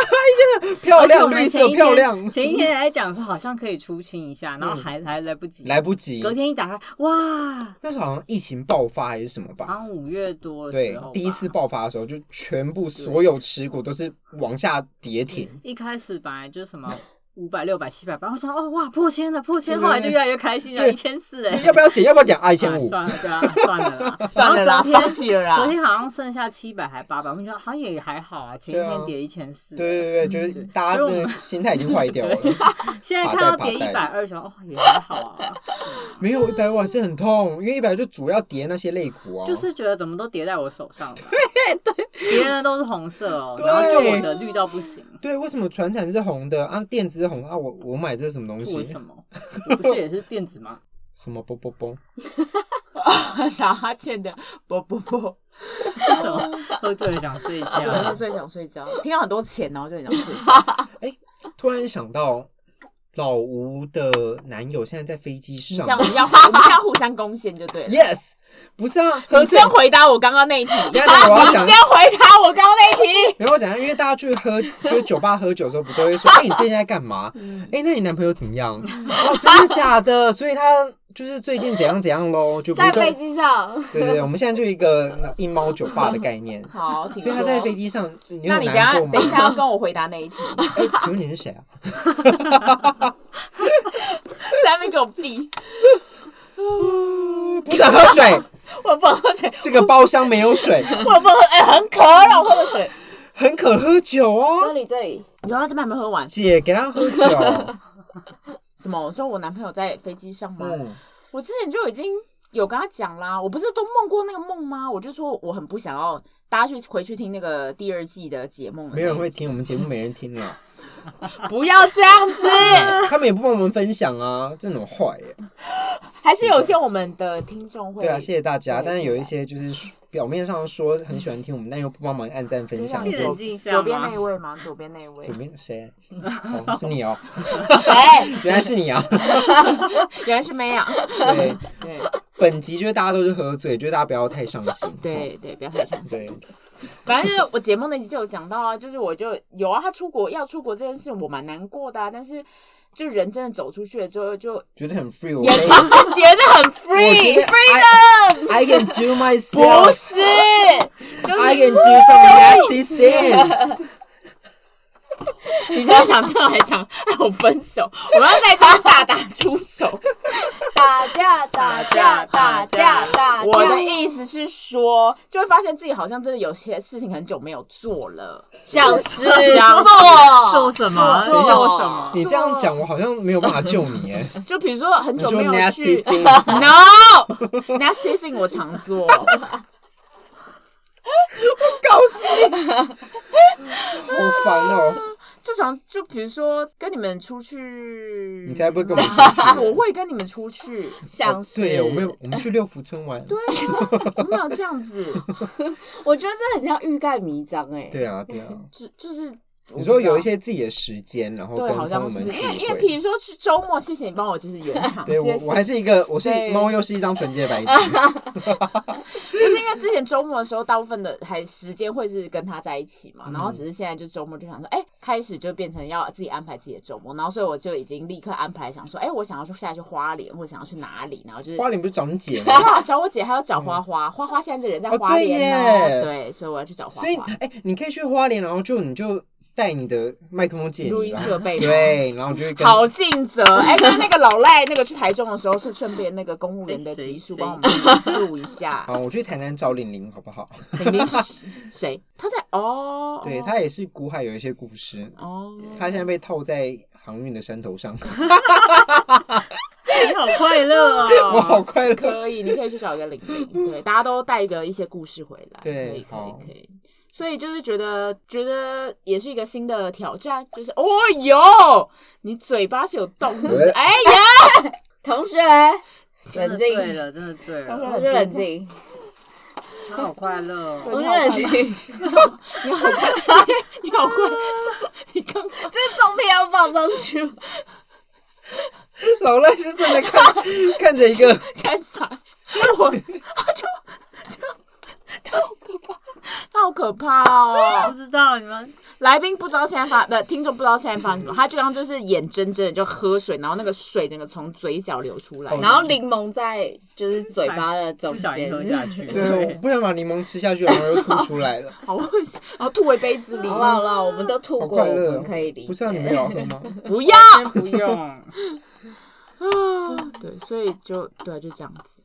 Speaker 1: 真的漂
Speaker 3: 而且我
Speaker 1: 亮，
Speaker 3: 们
Speaker 1: 绿
Speaker 3: 前
Speaker 1: 色
Speaker 3: 一
Speaker 1: 漂
Speaker 3: 天
Speaker 1: 亮，
Speaker 3: 前一天还讲说好像可以出清一下，然后
Speaker 1: 嗯
Speaker 3: 还还来不及，
Speaker 1: 来不及
Speaker 3: 隔。天一打开，哇，
Speaker 1: 那时候好像疫情爆发还是什么
Speaker 3: 好
Speaker 1: 吧？
Speaker 3: 像五月多的
Speaker 1: 对
Speaker 3: 时候吧，
Speaker 1: 第一次爆发的时候，就全部所有持股都是往下跌停。
Speaker 3: 一开始本来就什么。 五百、六百、七百八，我想哦哇，破千了，破千，
Speaker 1: 对
Speaker 3: 后来就越来越开心了，
Speaker 1: 对
Speaker 3: 一千四哎，
Speaker 1: 要不要减？要不要减？啊，一
Speaker 3: 一
Speaker 1: 千五。
Speaker 3: 算了，对啊，算了啦，
Speaker 4: 算了啦，
Speaker 3: 然后隔天
Speaker 4: 放弃 了
Speaker 3: 昨
Speaker 4: 啦。
Speaker 3: 天好像剩下七百还八百，我们觉得好像也还好啊，前一
Speaker 1: 对啊
Speaker 3: 天跌一千四，
Speaker 1: 对对对，就是大家
Speaker 3: 所以我
Speaker 1: 的心态已经坏掉了。
Speaker 3: 现在看到跌一百二，想哦也还好啊，
Speaker 1: 没有一百万是很痛，因为一百就主要叠那些肋骨啊。
Speaker 3: 就是觉得怎么都跌在我手 上了，对对，别人的都是红色哦，
Speaker 1: 对
Speaker 3: 然后就我的绿到不行，
Speaker 1: 对，为什么船产是红的啊？电子是红啊？我我买这是什么东
Speaker 3: 是为
Speaker 1: 西
Speaker 3: 什？么？我不是也是电子吗？
Speaker 1: 什么啵啵啵？
Speaker 4: 打哈欠的，不不不，
Speaker 3: 是什么？喝醉了想睡觉，
Speaker 4: 啊对，就最想睡觉。听到很多钱，哦然后就很想睡 觉。
Speaker 1: 突然想到，老吴的男友现在在飞机
Speaker 4: 你
Speaker 1: 上。
Speaker 4: 像我们要，我们要互相攻陷就对了。
Speaker 1: Yes，不是啊，喝
Speaker 4: 你
Speaker 1: 醉
Speaker 4: 先。回答我刚刚那一题，啊你
Speaker 1: 等
Speaker 4: 先
Speaker 1: 一下等一下我要讲
Speaker 4: 回答我刚刚那 一题。。
Speaker 1: 然后我讲一下，因为大家去喝，就是酒吧喝酒的时候，不都会说，哎、你最近在干嘛？哎、那你男朋友怎么样？ 哦，真的假的？所以他就是最近怎样怎样喽，就不
Speaker 5: 在
Speaker 1: 都
Speaker 5: 飞机上，
Speaker 1: 对对对，我们现在就一个那一猫酒吧的概念
Speaker 4: 好， 请
Speaker 1: 所
Speaker 4: 说
Speaker 1: 以他。在飞机上，你
Speaker 4: 那
Speaker 1: 有
Speaker 4: 你等一下
Speaker 1: 难过吗
Speaker 4: 等？一下要跟我回答那一题，
Speaker 1: 哎，请问你是谁啊？
Speaker 4: 在那边给我闭，
Speaker 1: 不准喝水，
Speaker 4: 我不能喝水，
Speaker 1: 这个包厢没有 水，
Speaker 4: 我不能喝，哎，很渴，
Speaker 1: 哦
Speaker 4: 让我喝个水。
Speaker 1: 很渴喝酒
Speaker 5: 这
Speaker 1: 哦。
Speaker 5: 里这里，
Speaker 4: 你说他这边还没喝完？
Speaker 1: 姐给他 喝酒，
Speaker 4: 什么？我说我男朋友在飞机上吗？
Speaker 1: 嗯，
Speaker 4: 我之前就已经有跟他讲啦，我不是都梦过那个梦吗？我就说我很不想要，大家去回去听那个第二季的解梦的那
Speaker 1: 没
Speaker 4: 一集，
Speaker 1: 人会听我们节目，没人听了，
Speaker 4: 不要这样子。
Speaker 1: 他们也不帮我们分享啊，真的很坏耶。
Speaker 4: 还是有些我们的听众会
Speaker 1: 对啊，谢谢大家。
Speaker 4: 对
Speaker 1: 但是有一
Speaker 4: 进来
Speaker 1: 些就是表面上说很喜欢听我们，但又不帮忙按赞分享，
Speaker 4: 对
Speaker 3: 你
Speaker 4: 啊
Speaker 1: 就
Speaker 3: 冷静一下
Speaker 4: 左边那一
Speaker 3: 嘛。
Speaker 4: 位吗？左边那一位
Speaker 1: 随，便谁、哦，是你哦，
Speaker 4: 哎，
Speaker 1: 原来是 你啊。
Speaker 4: 原来是啊梅雅，
Speaker 1: 对，
Speaker 4: 对
Speaker 1: 本集就是大家都是喝醉，就是大家不要太上心。
Speaker 4: 对对，不要太伤
Speaker 1: 哦
Speaker 4: 心。
Speaker 1: 对，
Speaker 4: 反正就是我节目那集就有讲到啊，就是我就有啊，他出国要出国这件事我蛮难过的、啊，但是就人真的走出去了之后，就
Speaker 1: 觉得很 free，我
Speaker 4: 也
Speaker 1: 可
Speaker 4: 不
Speaker 1: 以，
Speaker 4: 是觉得很
Speaker 1: 我
Speaker 4: free，
Speaker 1: 觉得 I, I can do
Speaker 4: 不
Speaker 1: myself，I
Speaker 4: 是，就是
Speaker 1: can do some nasty things。
Speaker 4: 你现在想这样还想还有分手，我们要在这边大打出手。
Speaker 5: 打架打架打架打架，
Speaker 4: 我的意思是说，就会发现自己好像真的有些事情很久没有做了，
Speaker 5: 像是
Speaker 3: 想做
Speaker 5: 做
Speaker 3: 什么？你
Speaker 5: 做
Speaker 3: 做什么？
Speaker 1: 你这样讲，我好像没有办法救你 哎。
Speaker 4: 就比如说很
Speaker 1: 你
Speaker 4: 久
Speaker 1: 说
Speaker 4: 没有
Speaker 1: nasty
Speaker 4: 去
Speaker 1: things 吗
Speaker 4: ，no，nasty thing 我常做。
Speaker 1: 好烦哦！
Speaker 4: 就常就比如说跟你们出去，
Speaker 1: 你才不会跟我们出去 哦
Speaker 4: 我会跟你们出去，
Speaker 5: 像是，
Speaker 1: 对，我们有我们去六福村玩。
Speaker 4: 对啊， 我没有这样 子，
Speaker 5: 我觉得这很像欲盖弥彰哎，
Speaker 1: 对啊，对啊。
Speaker 4: 欸就就是
Speaker 1: 你说有一。些自己的时间，然后跟
Speaker 4: 对，好
Speaker 1: 朋友
Speaker 4: 像
Speaker 1: 们
Speaker 4: 是
Speaker 1: 聚
Speaker 4: 因为因为
Speaker 1: 会。
Speaker 4: 比如说去周末，谢谢你帮我就是圆 场这
Speaker 1: 对我
Speaker 4: 些事，
Speaker 1: 我还是一个，我是
Speaker 4: 对
Speaker 1: 猫，又是一张纯洁 的白纸。
Speaker 4: 就是因为之前周末的时候，大部分的还时间会是跟他在一起
Speaker 1: 嗯
Speaker 4: 嘛，然后只是现在就周末就想说，哎、开始就变成要自己安排自己的周末，然后所以我就已经立刻安排想说，哎、我想要去下去花莲，或者想要去哪里，然后就是
Speaker 1: 花莲不是找你姐
Speaker 4: 没有
Speaker 1: 吗？
Speaker 4: 啊找我姐，还要找花花，花花现在的人在
Speaker 1: 哦
Speaker 4: 花莲
Speaker 1: 对耶
Speaker 4: 哦，对，所以我要去找花
Speaker 1: 所以
Speaker 4: 花，
Speaker 1: 哎，你可以去花莲，然后就你就带你的麦克风借
Speaker 4: 录
Speaker 1: 你
Speaker 4: 音
Speaker 1: 吧。
Speaker 4: 设 备嘛。
Speaker 1: 对，然后你就会跟
Speaker 4: 好尽责，哎、跟那个老赖那个去台中的时候，顺顺便那个公务员
Speaker 1: 哎
Speaker 4: 的集数帮我们录一 下。
Speaker 1: 好，我去台南找玲玲好不好？
Speaker 4: 玲玲是谁？他在哦，
Speaker 1: 对
Speaker 4: 哦
Speaker 1: 她也是古海有一些故事，
Speaker 4: 哦，
Speaker 1: 她现在被套在航运的山头上，
Speaker 3: 你好快乐
Speaker 1: 我好
Speaker 3: 哦！
Speaker 1: 快乐。
Speaker 4: 可以，你可以去找一个玲玲，对，大家都带个一些故事回来，
Speaker 1: 对
Speaker 4: 可以，可
Speaker 1: 好
Speaker 4: 以，可以。所以就是觉得，觉得也是一个新的挑战，就是哦哟，你嘴巴是有动，是不 是？哎呀，
Speaker 5: 同学
Speaker 3: 真的
Speaker 5: 冷静，
Speaker 3: 醉了，真的醉了，
Speaker 5: 同学冷静，
Speaker 3: 他好快乐哦。
Speaker 5: 同学冷静，
Speaker 4: 你好快，你好快，你刚刚
Speaker 5: 这照片要放上去吗，
Speaker 1: 老赖是正在看看着一 个
Speaker 4: 干啥？我他就就他好可怕，他好可怕
Speaker 3: 不
Speaker 4: 哦！
Speaker 3: 知道你们
Speaker 4: 来宾不知道现在发，不，听众不知道现在发生什么，他就刚刚就是眼睁睁的就喝水，然后那个水整个从嘴角流出来，
Speaker 1: 哦
Speaker 4: 然后
Speaker 5: 然后柠檬在就是嘴巴的中
Speaker 3: 不小心
Speaker 5: 间，
Speaker 3: 喝下去，
Speaker 1: 对，我不想把柠檬吃下去，然后又吐出来 了，
Speaker 4: 好恶心，然后吐回杯子里，
Speaker 5: 好了好了，我们都吐
Speaker 1: 好
Speaker 5: 过，
Speaker 1: 快
Speaker 5: 我
Speaker 1: 乐哦。
Speaker 5: 们可以理
Speaker 1: 不
Speaker 5: 解。
Speaker 1: 是啊，你们有要喝吗？
Speaker 4: 不要
Speaker 3: 先不用。
Speaker 4: 啊！对，所以就对，啊就这样子。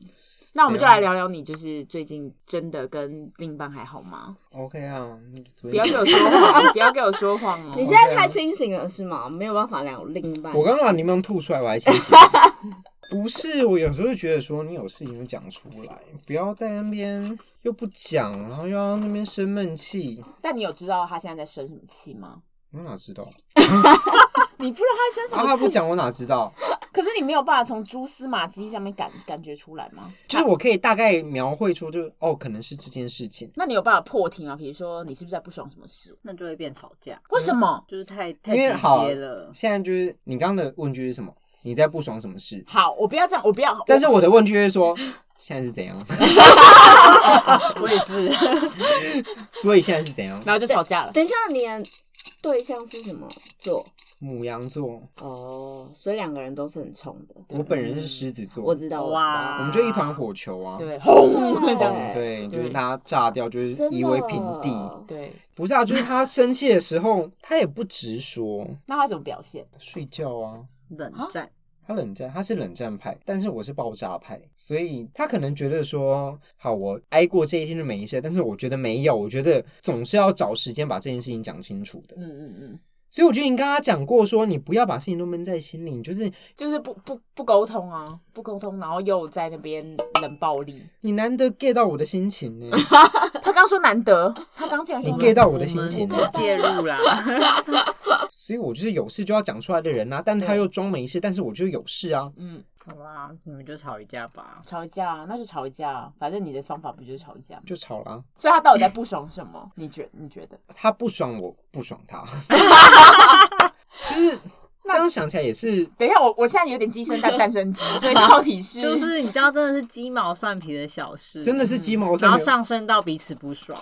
Speaker 4: 那我们就来聊聊你，就是最近真的跟另一半还好吗？
Speaker 1: OK 啊，昨
Speaker 4: 不要
Speaker 1: 天
Speaker 4: 给 我说谎，不要给我说谎哦！
Speaker 5: 你现在太清醒了是吗？没有办法聊另一半。
Speaker 1: 我刚刚把柠檬吐出来，我还清醒。 不是，我有时候觉得说，你有事情就讲出来，不要在那边又不讲，然后又要那边生闷气。
Speaker 4: 但你有知道他现在在生什么气吗？
Speaker 1: 我哪知道？
Speaker 4: 你不知道他在生什
Speaker 1: 啊，
Speaker 4: 么
Speaker 1: 他
Speaker 4: 气
Speaker 1: 不讲，我哪知道？
Speaker 4: 可是你没有办法从蛛丝马迹上面感感觉出来吗？
Speaker 1: 就是我可以大概描绘出就，哦，可能是这件事情。
Speaker 4: 那你有办法破题吗？比如说你是不是在不爽什么
Speaker 1: 嗯
Speaker 4: 事？
Speaker 3: 那就会变吵架，
Speaker 4: 为什么？
Speaker 3: 就是太太
Speaker 1: 因为好
Speaker 3: 直接了，。
Speaker 1: 现在就是你刚刚的问句是什么？你在不爽什么事？
Speaker 4: 好，我不要这样，我不要。
Speaker 1: 但是我的问句是说，现在是 怎样？
Speaker 3: 我也是，
Speaker 1: 所以现在是怎样？
Speaker 4: 然后就吵架了。
Speaker 5: 等一下，你的对象是什么座？
Speaker 1: 母羊座，
Speaker 5: 哦，所以两个人都是很冲的。
Speaker 1: 我本人是狮子座，
Speaker 5: 我知道，我知
Speaker 1: 我
Speaker 5: 道
Speaker 3: 哇。
Speaker 1: 们就一团火球啊。
Speaker 4: 对，轰
Speaker 5: 对
Speaker 4: 这样。对
Speaker 1: 对，就是大家炸掉，就是
Speaker 5: 真的
Speaker 1: 夷为平地。
Speaker 4: 对，
Speaker 1: 不是啊，就是他生气的时候，他也不直说，
Speaker 4: 那他怎么表现？
Speaker 1: 睡觉啊。
Speaker 3: 冷战。
Speaker 1: 他冷战，他是冷战派，但是我是爆炸派，所以他可能觉得说，好，我挨过这一天就没事，但是我觉得没有，我觉得总是要找时间把这件事情讲清楚的。
Speaker 4: 嗯嗯嗯，
Speaker 1: 所以我觉得你跟他讲过说，你不要把事情都闷在心里，你就是
Speaker 4: 就是不不不沟通啊，不沟通，然后又在那边冷暴力。
Speaker 1: 你难得 get 到我的心情呢，
Speaker 4: 他刚说难得，他刚竟然
Speaker 1: 你
Speaker 4: 说
Speaker 1: get 到我的心情
Speaker 3: 我
Speaker 1: 呢
Speaker 3: 们，介入啦，
Speaker 1: 所以我就是有事就要讲出来的人啊，但他又装没事，但是我就有事啊，
Speaker 4: 嗯，
Speaker 3: 好啦，你们就吵一架吧。
Speaker 4: 吵架，啊那就吵架，反正你的方法不就是吵架吗？
Speaker 1: 就吵啦。
Speaker 4: 所以他到底在不爽什么？你觉你觉得？
Speaker 1: 他不爽我，不爽他， 就是这样想起来也是
Speaker 3: 嗯
Speaker 4: 等一下，我我现在有点鸡生蛋，蛋生鸡，所以到底是
Speaker 3: 就是 你知道，真的是鸡毛蒜皮的小事，
Speaker 1: 真的是鸡毛
Speaker 3: 嗯然
Speaker 1: 蒜
Speaker 3: 后
Speaker 1: 皮。
Speaker 3: 上升到彼此不爽，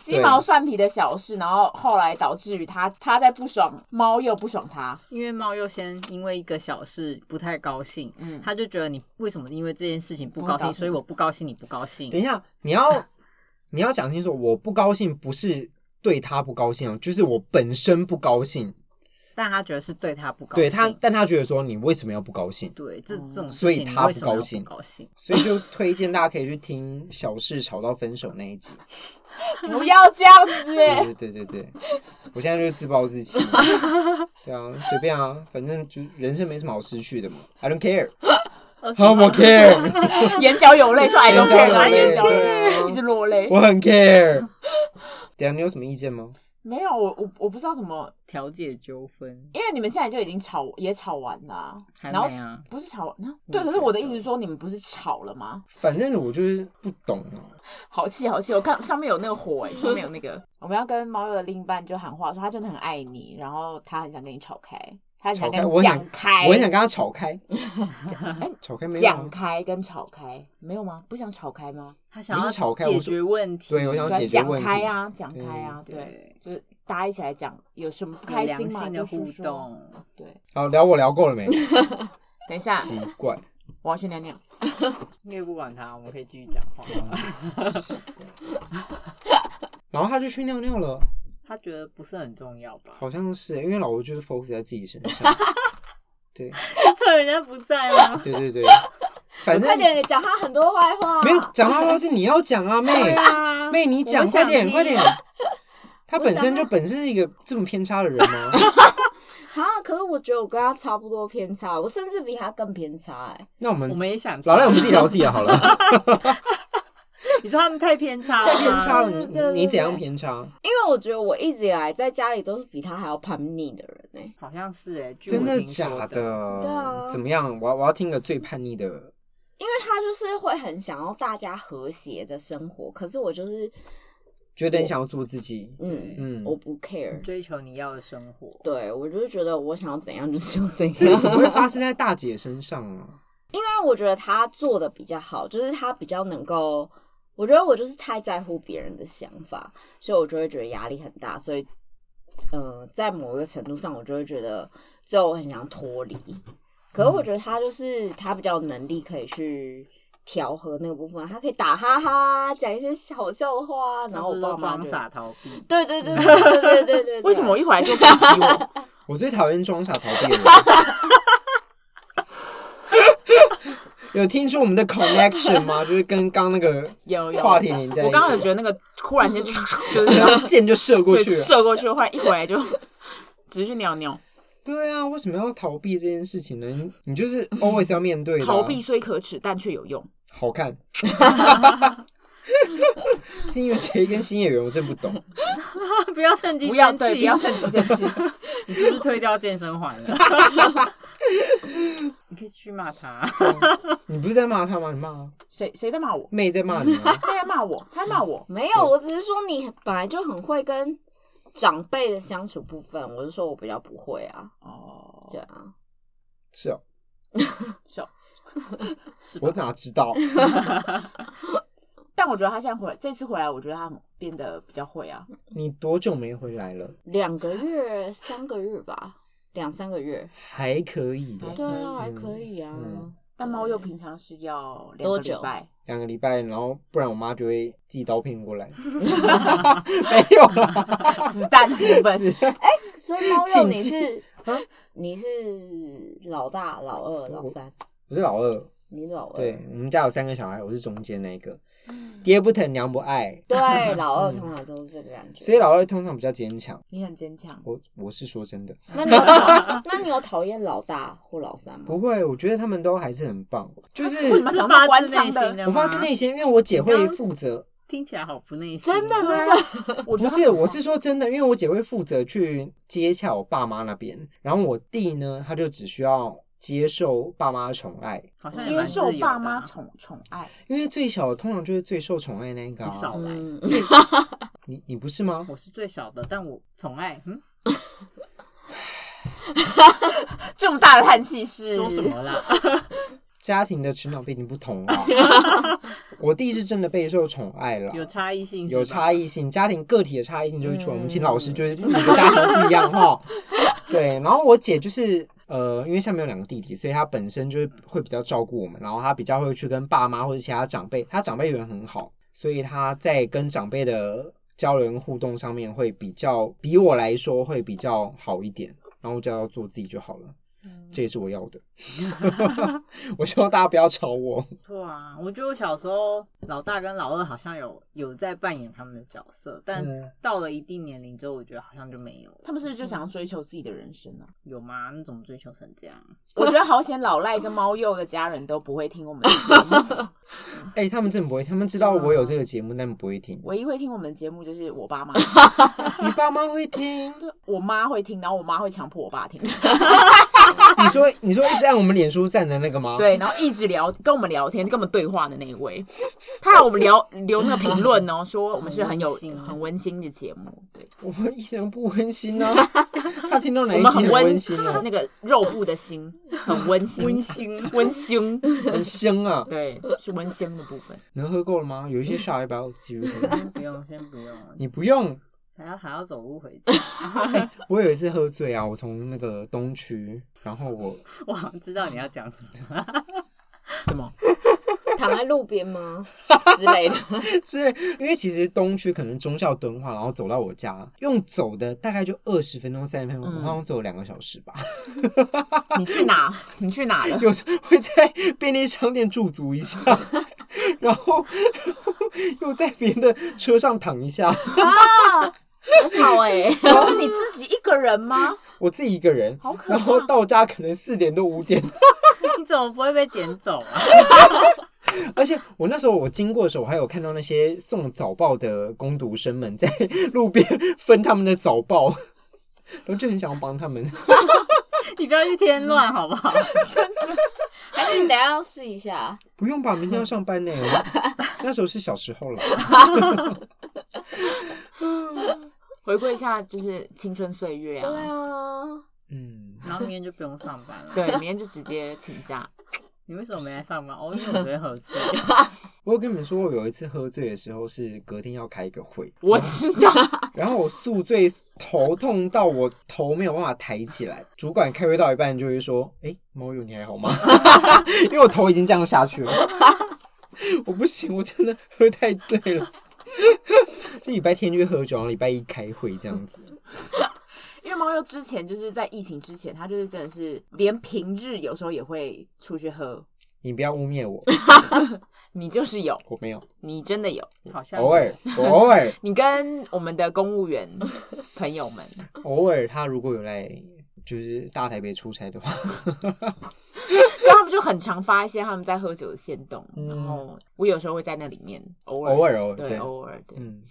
Speaker 4: 鸡毛蒜皮的小事，然后后来导致于他他在不爽猫又不爽他，
Speaker 3: 因为猫又先因为一个小事不太高兴，
Speaker 4: 嗯
Speaker 3: 他就觉得你为什么因为这件事情不高
Speaker 4: 不高
Speaker 3: 兴，
Speaker 4: 兴
Speaker 3: 所以我不高兴，你不高兴
Speaker 1: 等。一下，你要你要讲清楚，我不高兴不是对他不高兴哦，就是我本身不高兴。
Speaker 3: 但他觉得是对他不高兴，
Speaker 1: 对他，但他觉得说你为什么要不高兴？
Speaker 3: 对这这种事情
Speaker 1: 所以他
Speaker 3: 为什么要
Speaker 1: 不高
Speaker 3: 不
Speaker 1: 兴
Speaker 3: 高兴。
Speaker 1: 所以就推荐大家可以去听小事吵到分手那一集。
Speaker 4: 不要这样子。
Speaker 1: 对对对对对，我现在就是自暴自弃。对啊，随便啊，反正就人生没什么好失去的嘛。I don't care，好我 care，
Speaker 4: 眼角有泪，说 I don't
Speaker 1: 眼角
Speaker 4: care，
Speaker 1: 有
Speaker 4: 然后
Speaker 1: 泪
Speaker 4: 眼角有
Speaker 1: 对啊
Speaker 4: 泪，一直落泪。
Speaker 1: 我很 care。等一下你有什么意见吗？
Speaker 4: 没有，我我我不知道怎么，
Speaker 3: 调解纠纷，
Speaker 4: 因为你们现在就已经吵也吵完了啊、
Speaker 3: 还没
Speaker 4: 然
Speaker 3: 啊
Speaker 4: 后是不是吵完，然后对，
Speaker 3: 我
Speaker 4: 可
Speaker 3: 觉
Speaker 4: 是
Speaker 3: 得
Speaker 4: 我的意思是说，你们不是吵了吗？
Speaker 1: 反正我就是不懂啊。
Speaker 4: 好气好气！我看上面有那个火哎、上面有那个。 我们要跟猫友的另一半就喊话，说他真的很爱你，然后他很想跟你吵开，他很想跟
Speaker 1: 吵开
Speaker 4: 你
Speaker 1: 我
Speaker 4: 讲
Speaker 1: 很
Speaker 4: 开，
Speaker 1: 我很想跟他吵开，
Speaker 4: 哎
Speaker 1: 吵开没有
Speaker 4: 讲
Speaker 1: 啊？
Speaker 4: 开跟吵开没有吗？不想吵开吗？
Speaker 3: 他想
Speaker 1: 不
Speaker 3: 要
Speaker 1: 是吵开我
Speaker 3: 解
Speaker 1: 是
Speaker 3: 决问题，
Speaker 1: 对我想要
Speaker 4: 对啊
Speaker 1: 解决
Speaker 4: 讲
Speaker 1: 问题
Speaker 4: 开啊，讲开啊，
Speaker 3: 对
Speaker 4: 对，就是大家一起来讲有什么不
Speaker 3: 有
Speaker 4: 开
Speaker 3: 良
Speaker 4: 心嘛，
Speaker 3: 性
Speaker 4: 就
Speaker 3: 的
Speaker 4: 是
Speaker 3: 互
Speaker 4: 说。
Speaker 3: 动。
Speaker 4: 对，
Speaker 1: 好，聊我聊够了没？
Speaker 4: 等一下，
Speaker 1: 奇怪，
Speaker 4: 我要去尿尿。
Speaker 3: 因为不管他，我们可以继续讲话。
Speaker 1: 然后他就去尿尿了，
Speaker 3: 他觉得不是很重要吧？
Speaker 1: 好像是因为老吴就是 focus 在自己身上。对
Speaker 3: 趁人家不在吗？
Speaker 1: 对对对，反正
Speaker 5: 快点啊讲他很多坏话。
Speaker 1: 没有讲他都是你要讲啊，妹
Speaker 3: 对啊，
Speaker 1: 妹，你
Speaker 3: 我
Speaker 1: 讲
Speaker 3: 们
Speaker 1: 快
Speaker 3: 想
Speaker 1: 点
Speaker 3: 听
Speaker 1: 快 点。他本身
Speaker 5: 讲
Speaker 1: 就
Speaker 5: 他
Speaker 1: 本身是一个这么偏差的人吗？
Speaker 5: 啊，可是我觉得我跟他差不多偏差，我甚至比他更偏差哎、
Speaker 1: 那我们
Speaker 3: 我们也想听
Speaker 1: 老赖，我们自己聊自己的好了，
Speaker 3: 你说他们太偏差了
Speaker 1: 太
Speaker 3: 吗，
Speaker 1: 偏差了，
Speaker 5: 对对对
Speaker 1: 你你怎样偏差？
Speaker 5: 因为我觉得我一直以来在家里都是比他还要叛逆的人哎、
Speaker 3: 好像是哎、据我
Speaker 1: 真的
Speaker 3: 听说
Speaker 1: 假
Speaker 3: 的？
Speaker 5: 对啊
Speaker 1: 怎么样？我要我要听个最叛逆的，
Speaker 5: 因为他就是会很想要大家和谐的生活，可是我就是
Speaker 1: 觉得你想要做自己，
Speaker 5: 嗯
Speaker 1: 嗯
Speaker 5: 我不 care，
Speaker 3: 追求你要的生活，
Speaker 5: 对我就是觉得我想要怎样就是要怎
Speaker 1: 这个
Speaker 5: 样，
Speaker 1: 怎么会发生在大姐身上啊？
Speaker 5: 因为我觉得他做的比较好，就是他比较能够，我觉得我就是太在乎别人的想法，所以我就会觉得压力很大，所以，呃，在某一个程度上，我就会觉得最后我很想脱离。可是
Speaker 4: 嗯
Speaker 5: 我觉得他就是他比较有能力可以去调和那个部分，他可以打哈哈，讲一些小笑话，然
Speaker 3: 他
Speaker 5: 后我
Speaker 3: 不是
Speaker 5: 爸
Speaker 3: 都
Speaker 5: 妈
Speaker 3: 装
Speaker 5: 就
Speaker 3: 傻逃 避。
Speaker 5: 对对对对对对对对，
Speaker 4: 嗯 为什么我一回来就攻击我？
Speaker 1: 我最讨厌装傻逃避的人。 有听出我们的 connection 吗？就是跟刚那个
Speaker 4: 有有
Speaker 1: 话题连在一起
Speaker 4: 我刚刚有觉得那个突然 间就是就是要
Speaker 1: 箭就射过
Speaker 4: 对
Speaker 1: 去了。
Speaker 4: 射过去，后来一回来就 只是去尿尿。
Speaker 1: 对啊，为什么要逃避这件事情呢？你你就是 always 要面对的啊、
Speaker 4: 逃避虽可耻，但却有用。
Speaker 1: 好看。 新垣结衣跟新演员，我真不懂。
Speaker 3: 不要趁机
Speaker 4: 不要
Speaker 3: 生
Speaker 4: 对，
Speaker 3: 气，
Speaker 4: 不要趁机生气。
Speaker 3: 你是不是退掉健身环了？你可以继续骂他，
Speaker 1: 你不是在骂他吗？你骂啊
Speaker 4: 谁谁在骂我？
Speaker 1: 妹在骂你啊！
Speaker 4: 他在骂我，他在骂我。
Speaker 5: 没有，我只是说你本来就很会跟长辈的相处部分，我是说我比较不会啊。
Speaker 4: 哦，
Speaker 5: 对啊，
Speaker 1: 是哦，
Speaker 4: 是哦。
Speaker 3: 是吧
Speaker 1: 我？哪知道？
Speaker 4: 但我觉得他现在回来，这次回来，我觉得他变得比较会啊。
Speaker 1: 你多久没回来了？
Speaker 5: 两个月、三个月吧，两三个月。
Speaker 1: 还可以的
Speaker 4: 还，
Speaker 5: 对
Speaker 4: 可以
Speaker 5: 啊，还
Speaker 1: 嗯
Speaker 5: 可以啊。
Speaker 1: 嗯
Speaker 4: 但猫又平常是要两
Speaker 5: 多
Speaker 4: 个
Speaker 5: 久
Speaker 4: 礼拜，
Speaker 1: 两个礼拜，然后不然我妈就会寄刀片过来。 没有啦，
Speaker 4: 子弹的部 分。
Speaker 1: 嗯
Speaker 5: 所以猫肉你
Speaker 1: 禁
Speaker 5: 是你是老大、老二、老三，
Speaker 1: 啊我是老二，
Speaker 5: 你老二。
Speaker 1: 对我们家有三个小孩，我是中间那一个。爹不疼，娘不爱，
Speaker 5: 对，老二通常都是这个感觉。
Speaker 1: 嗯所以老二通常比较坚强。
Speaker 4: 你很坚 强，
Speaker 1: 我我是说真的，
Speaker 5: 那你有讨那你有讨厌老大或老三吗？
Speaker 1: 不会，我觉得他们都还是很棒。就是
Speaker 4: 为什么
Speaker 3: 是
Speaker 4: 想
Speaker 3: 发
Speaker 4: 到
Speaker 3: 自
Speaker 4: 官
Speaker 3: 内
Speaker 4: 腔
Speaker 3: 心
Speaker 4: 的？
Speaker 3: 的
Speaker 1: 我
Speaker 3: 吗，
Speaker 1: 发自内心，因为我姐会
Speaker 3: 你刚
Speaker 1: 负责
Speaker 3: 听起来好不内心，哦
Speaker 5: 真的真的，
Speaker 4: 我觉得
Speaker 1: 不是，我是说真的，因为我姐会负责去接洽我爸妈那边，然后我弟呢，他就只需要接受爸妈的宠爱，
Speaker 3: 好像也
Speaker 4: 接
Speaker 3: 蛮
Speaker 4: 受
Speaker 3: 自由的啊
Speaker 4: 爸妈宠宠爱，
Speaker 1: 因为最小的通常就是最受宠爱那一个、
Speaker 3: 你少
Speaker 1: 啊。
Speaker 3: 来，
Speaker 5: 嗯，
Speaker 1: 你你不是吗？
Speaker 3: 我是最小的，但我宠爱，嗯，
Speaker 4: 这么大的叹气是
Speaker 3: 说什么啦？
Speaker 1: 家庭的成长背景不同啊。我弟是真的备受宠爱了，
Speaker 3: 有差异性，
Speaker 1: 有差
Speaker 3: 异，
Speaker 1: 异性，家庭个体的差异性就会出来。
Speaker 5: 嗯
Speaker 1: 我们请老师就是每个家庭不一样哈。对，然后我姐就是呃，因为下面有两个弟弟，所以她本身就是会比较照顾我们，然后她比较会去跟爸妈或者其他长辈，她长辈缘很好，所以她在跟长辈的交流跟互动上面会比较，比我来说会比较好一点。然后我就要做自己就好了，这也是我要的。 我希望大家不要吵我。
Speaker 3: 错啊。我觉得我小时候老大跟老二好像有有在扮演他们的角色，但
Speaker 1: 嗯
Speaker 3: 到了一定年龄之后，我觉得好像就没有了。
Speaker 4: 他们是不是就想要追求自己的人生 呢、
Speaker 3: 有吗？那怎么追求成 这样？
Speaker 4: 我觉得好险，老赖跟猫鼬的家人都不会听我们的节目，
Speaker 1: 哎、他们真的不会，他们知道我有这个节目，但不会听。
Speaker 4: 唯一会听我们的节目就是我爸妈，
Speaker 1: 你爸妈会听？
Speaker 4: 我妈会听，然后我妈会强迫我爸听，
Speaker 1: 你说你说一直按我们脸书赞的那个吗？，
Speaker 4: 对，然后一直聊跟我们聊天，跟我们对话的那一位，他让我们聊留那个评论哦，说我们是很有
Speaker 3: 很温馨
Speaker 4: 很温馨的节目，对，
Speaker 1: 我们一点都不温馨 啊！他听到哪
Speaker 4: 我
Speaker 1: 一
Speaker 4: 们
Speaker 1: 集很
Speaker 4: 温
Speaker 1: 温馨啊？
Speaker 4: 那个肉部的心很温馨，
Speaker 3: 温馨，
Speaker 4: 温馨，
Speaker 1: 很香啊！
Speaker 4: 对，是温馨的部分。
Speaker 1: 能喝够了吗？有一些小孩把我继续喝。
Speaker 3: 先 不用，先不用，
Speaker 1: 你不用，
Speaker 3: 还要还要走路回家。
Speaker 1: 我有一次喝醉啊，我从那个东区，然后我
Speaker 3: 我好像知道你要讲什么。
Speaker 4: 什么？
Speaker 5: 躺在路边吗？之类的，
Speaker 1: 之类，因为其实东区可能中校敦化，然后走到我家，用走的大概就二十分钟、三十分钟，
Speaker 4: 嗯
Speaker 1: 我好像走了两个小时吧。
Speaker 4: 你去哪？你去哪了？
Speaker 1: 有时候会在便利商店驻足一下， 然后然后又在别人的车上躺一下。
Speaker 5: 很好哎、
Speaker 4: 可是你自己一个人吗？
Speaker 1: 我自己一个人，
Speaker 4: 好可怕
Speaker 1: 然后到家可能四点多五点，
Speaker 3: 你怎么不会被捡走啊？
Speaker 1: 而且我那时候我经过的时候，我还有看到那些送早报的工读生们在 路边分他们的早报， 然后就很想帮他们。
Speaker 3: 你不要去添乱好不好？
Speaker 5: 还是你等一下要试一下？
Speaker 1: 不用吧，明天要上班呢。那时候是小时候了，
Speaker 4: 回归一下，就是青春岁月
Speaker 5: 对
Speaker 4: 啊。
Speaker 5: 啊，
Speaker 1: 嗯，
Speaker 3: 然后明天就不用上班了。
Speaker 4: 对，明天就直接请假。
Speaker 3: 你为什么没来上班？哦，因为我昨天喝 醉。
Speaker 1: 我有跟你们说，我有一次喝醉的时候是隔天要开一个会，
Speaker 4: 我知道，
Speaker 1: 然后我宿醉头痛到我头没有办法抬起来，主管开会到一半就会说：“哎、猫友你还好吗？” 因为我头已经这样下去了， 我不行，我真的喝太醉了。这礼拜天去喝酒，然后礼拜一开会这样子。
Speaker 4: 因为猫又之前就是在疫情之前，他就是真的是连平日有时候也会出去喝。
Speaker 1: 你不要污蔑我，
Speaker 4: 你就是有，
Speaker 1: 我没有，
Speaker 4: 你真的有。
Speaker 3: 好像
Speaker 1: 偶尔，我偶尔，
Speaker 4: 你跟我们的公务员朋友们，
Speaker 1: 偶尔他如果有来，就是大台北出差的话，
Speaker 4: 就他们就很常发一些他们在喝酒的线动，
Speaker 1: 嗯
Speaker 4: 然后我有时候会在那里面偶尔
Speaker 1: 偶尔，偶尔，
Speaker 4: 对
Speaker 1: 对，
Speaker 4: 偶尔对，
Speaker 1: 嗯。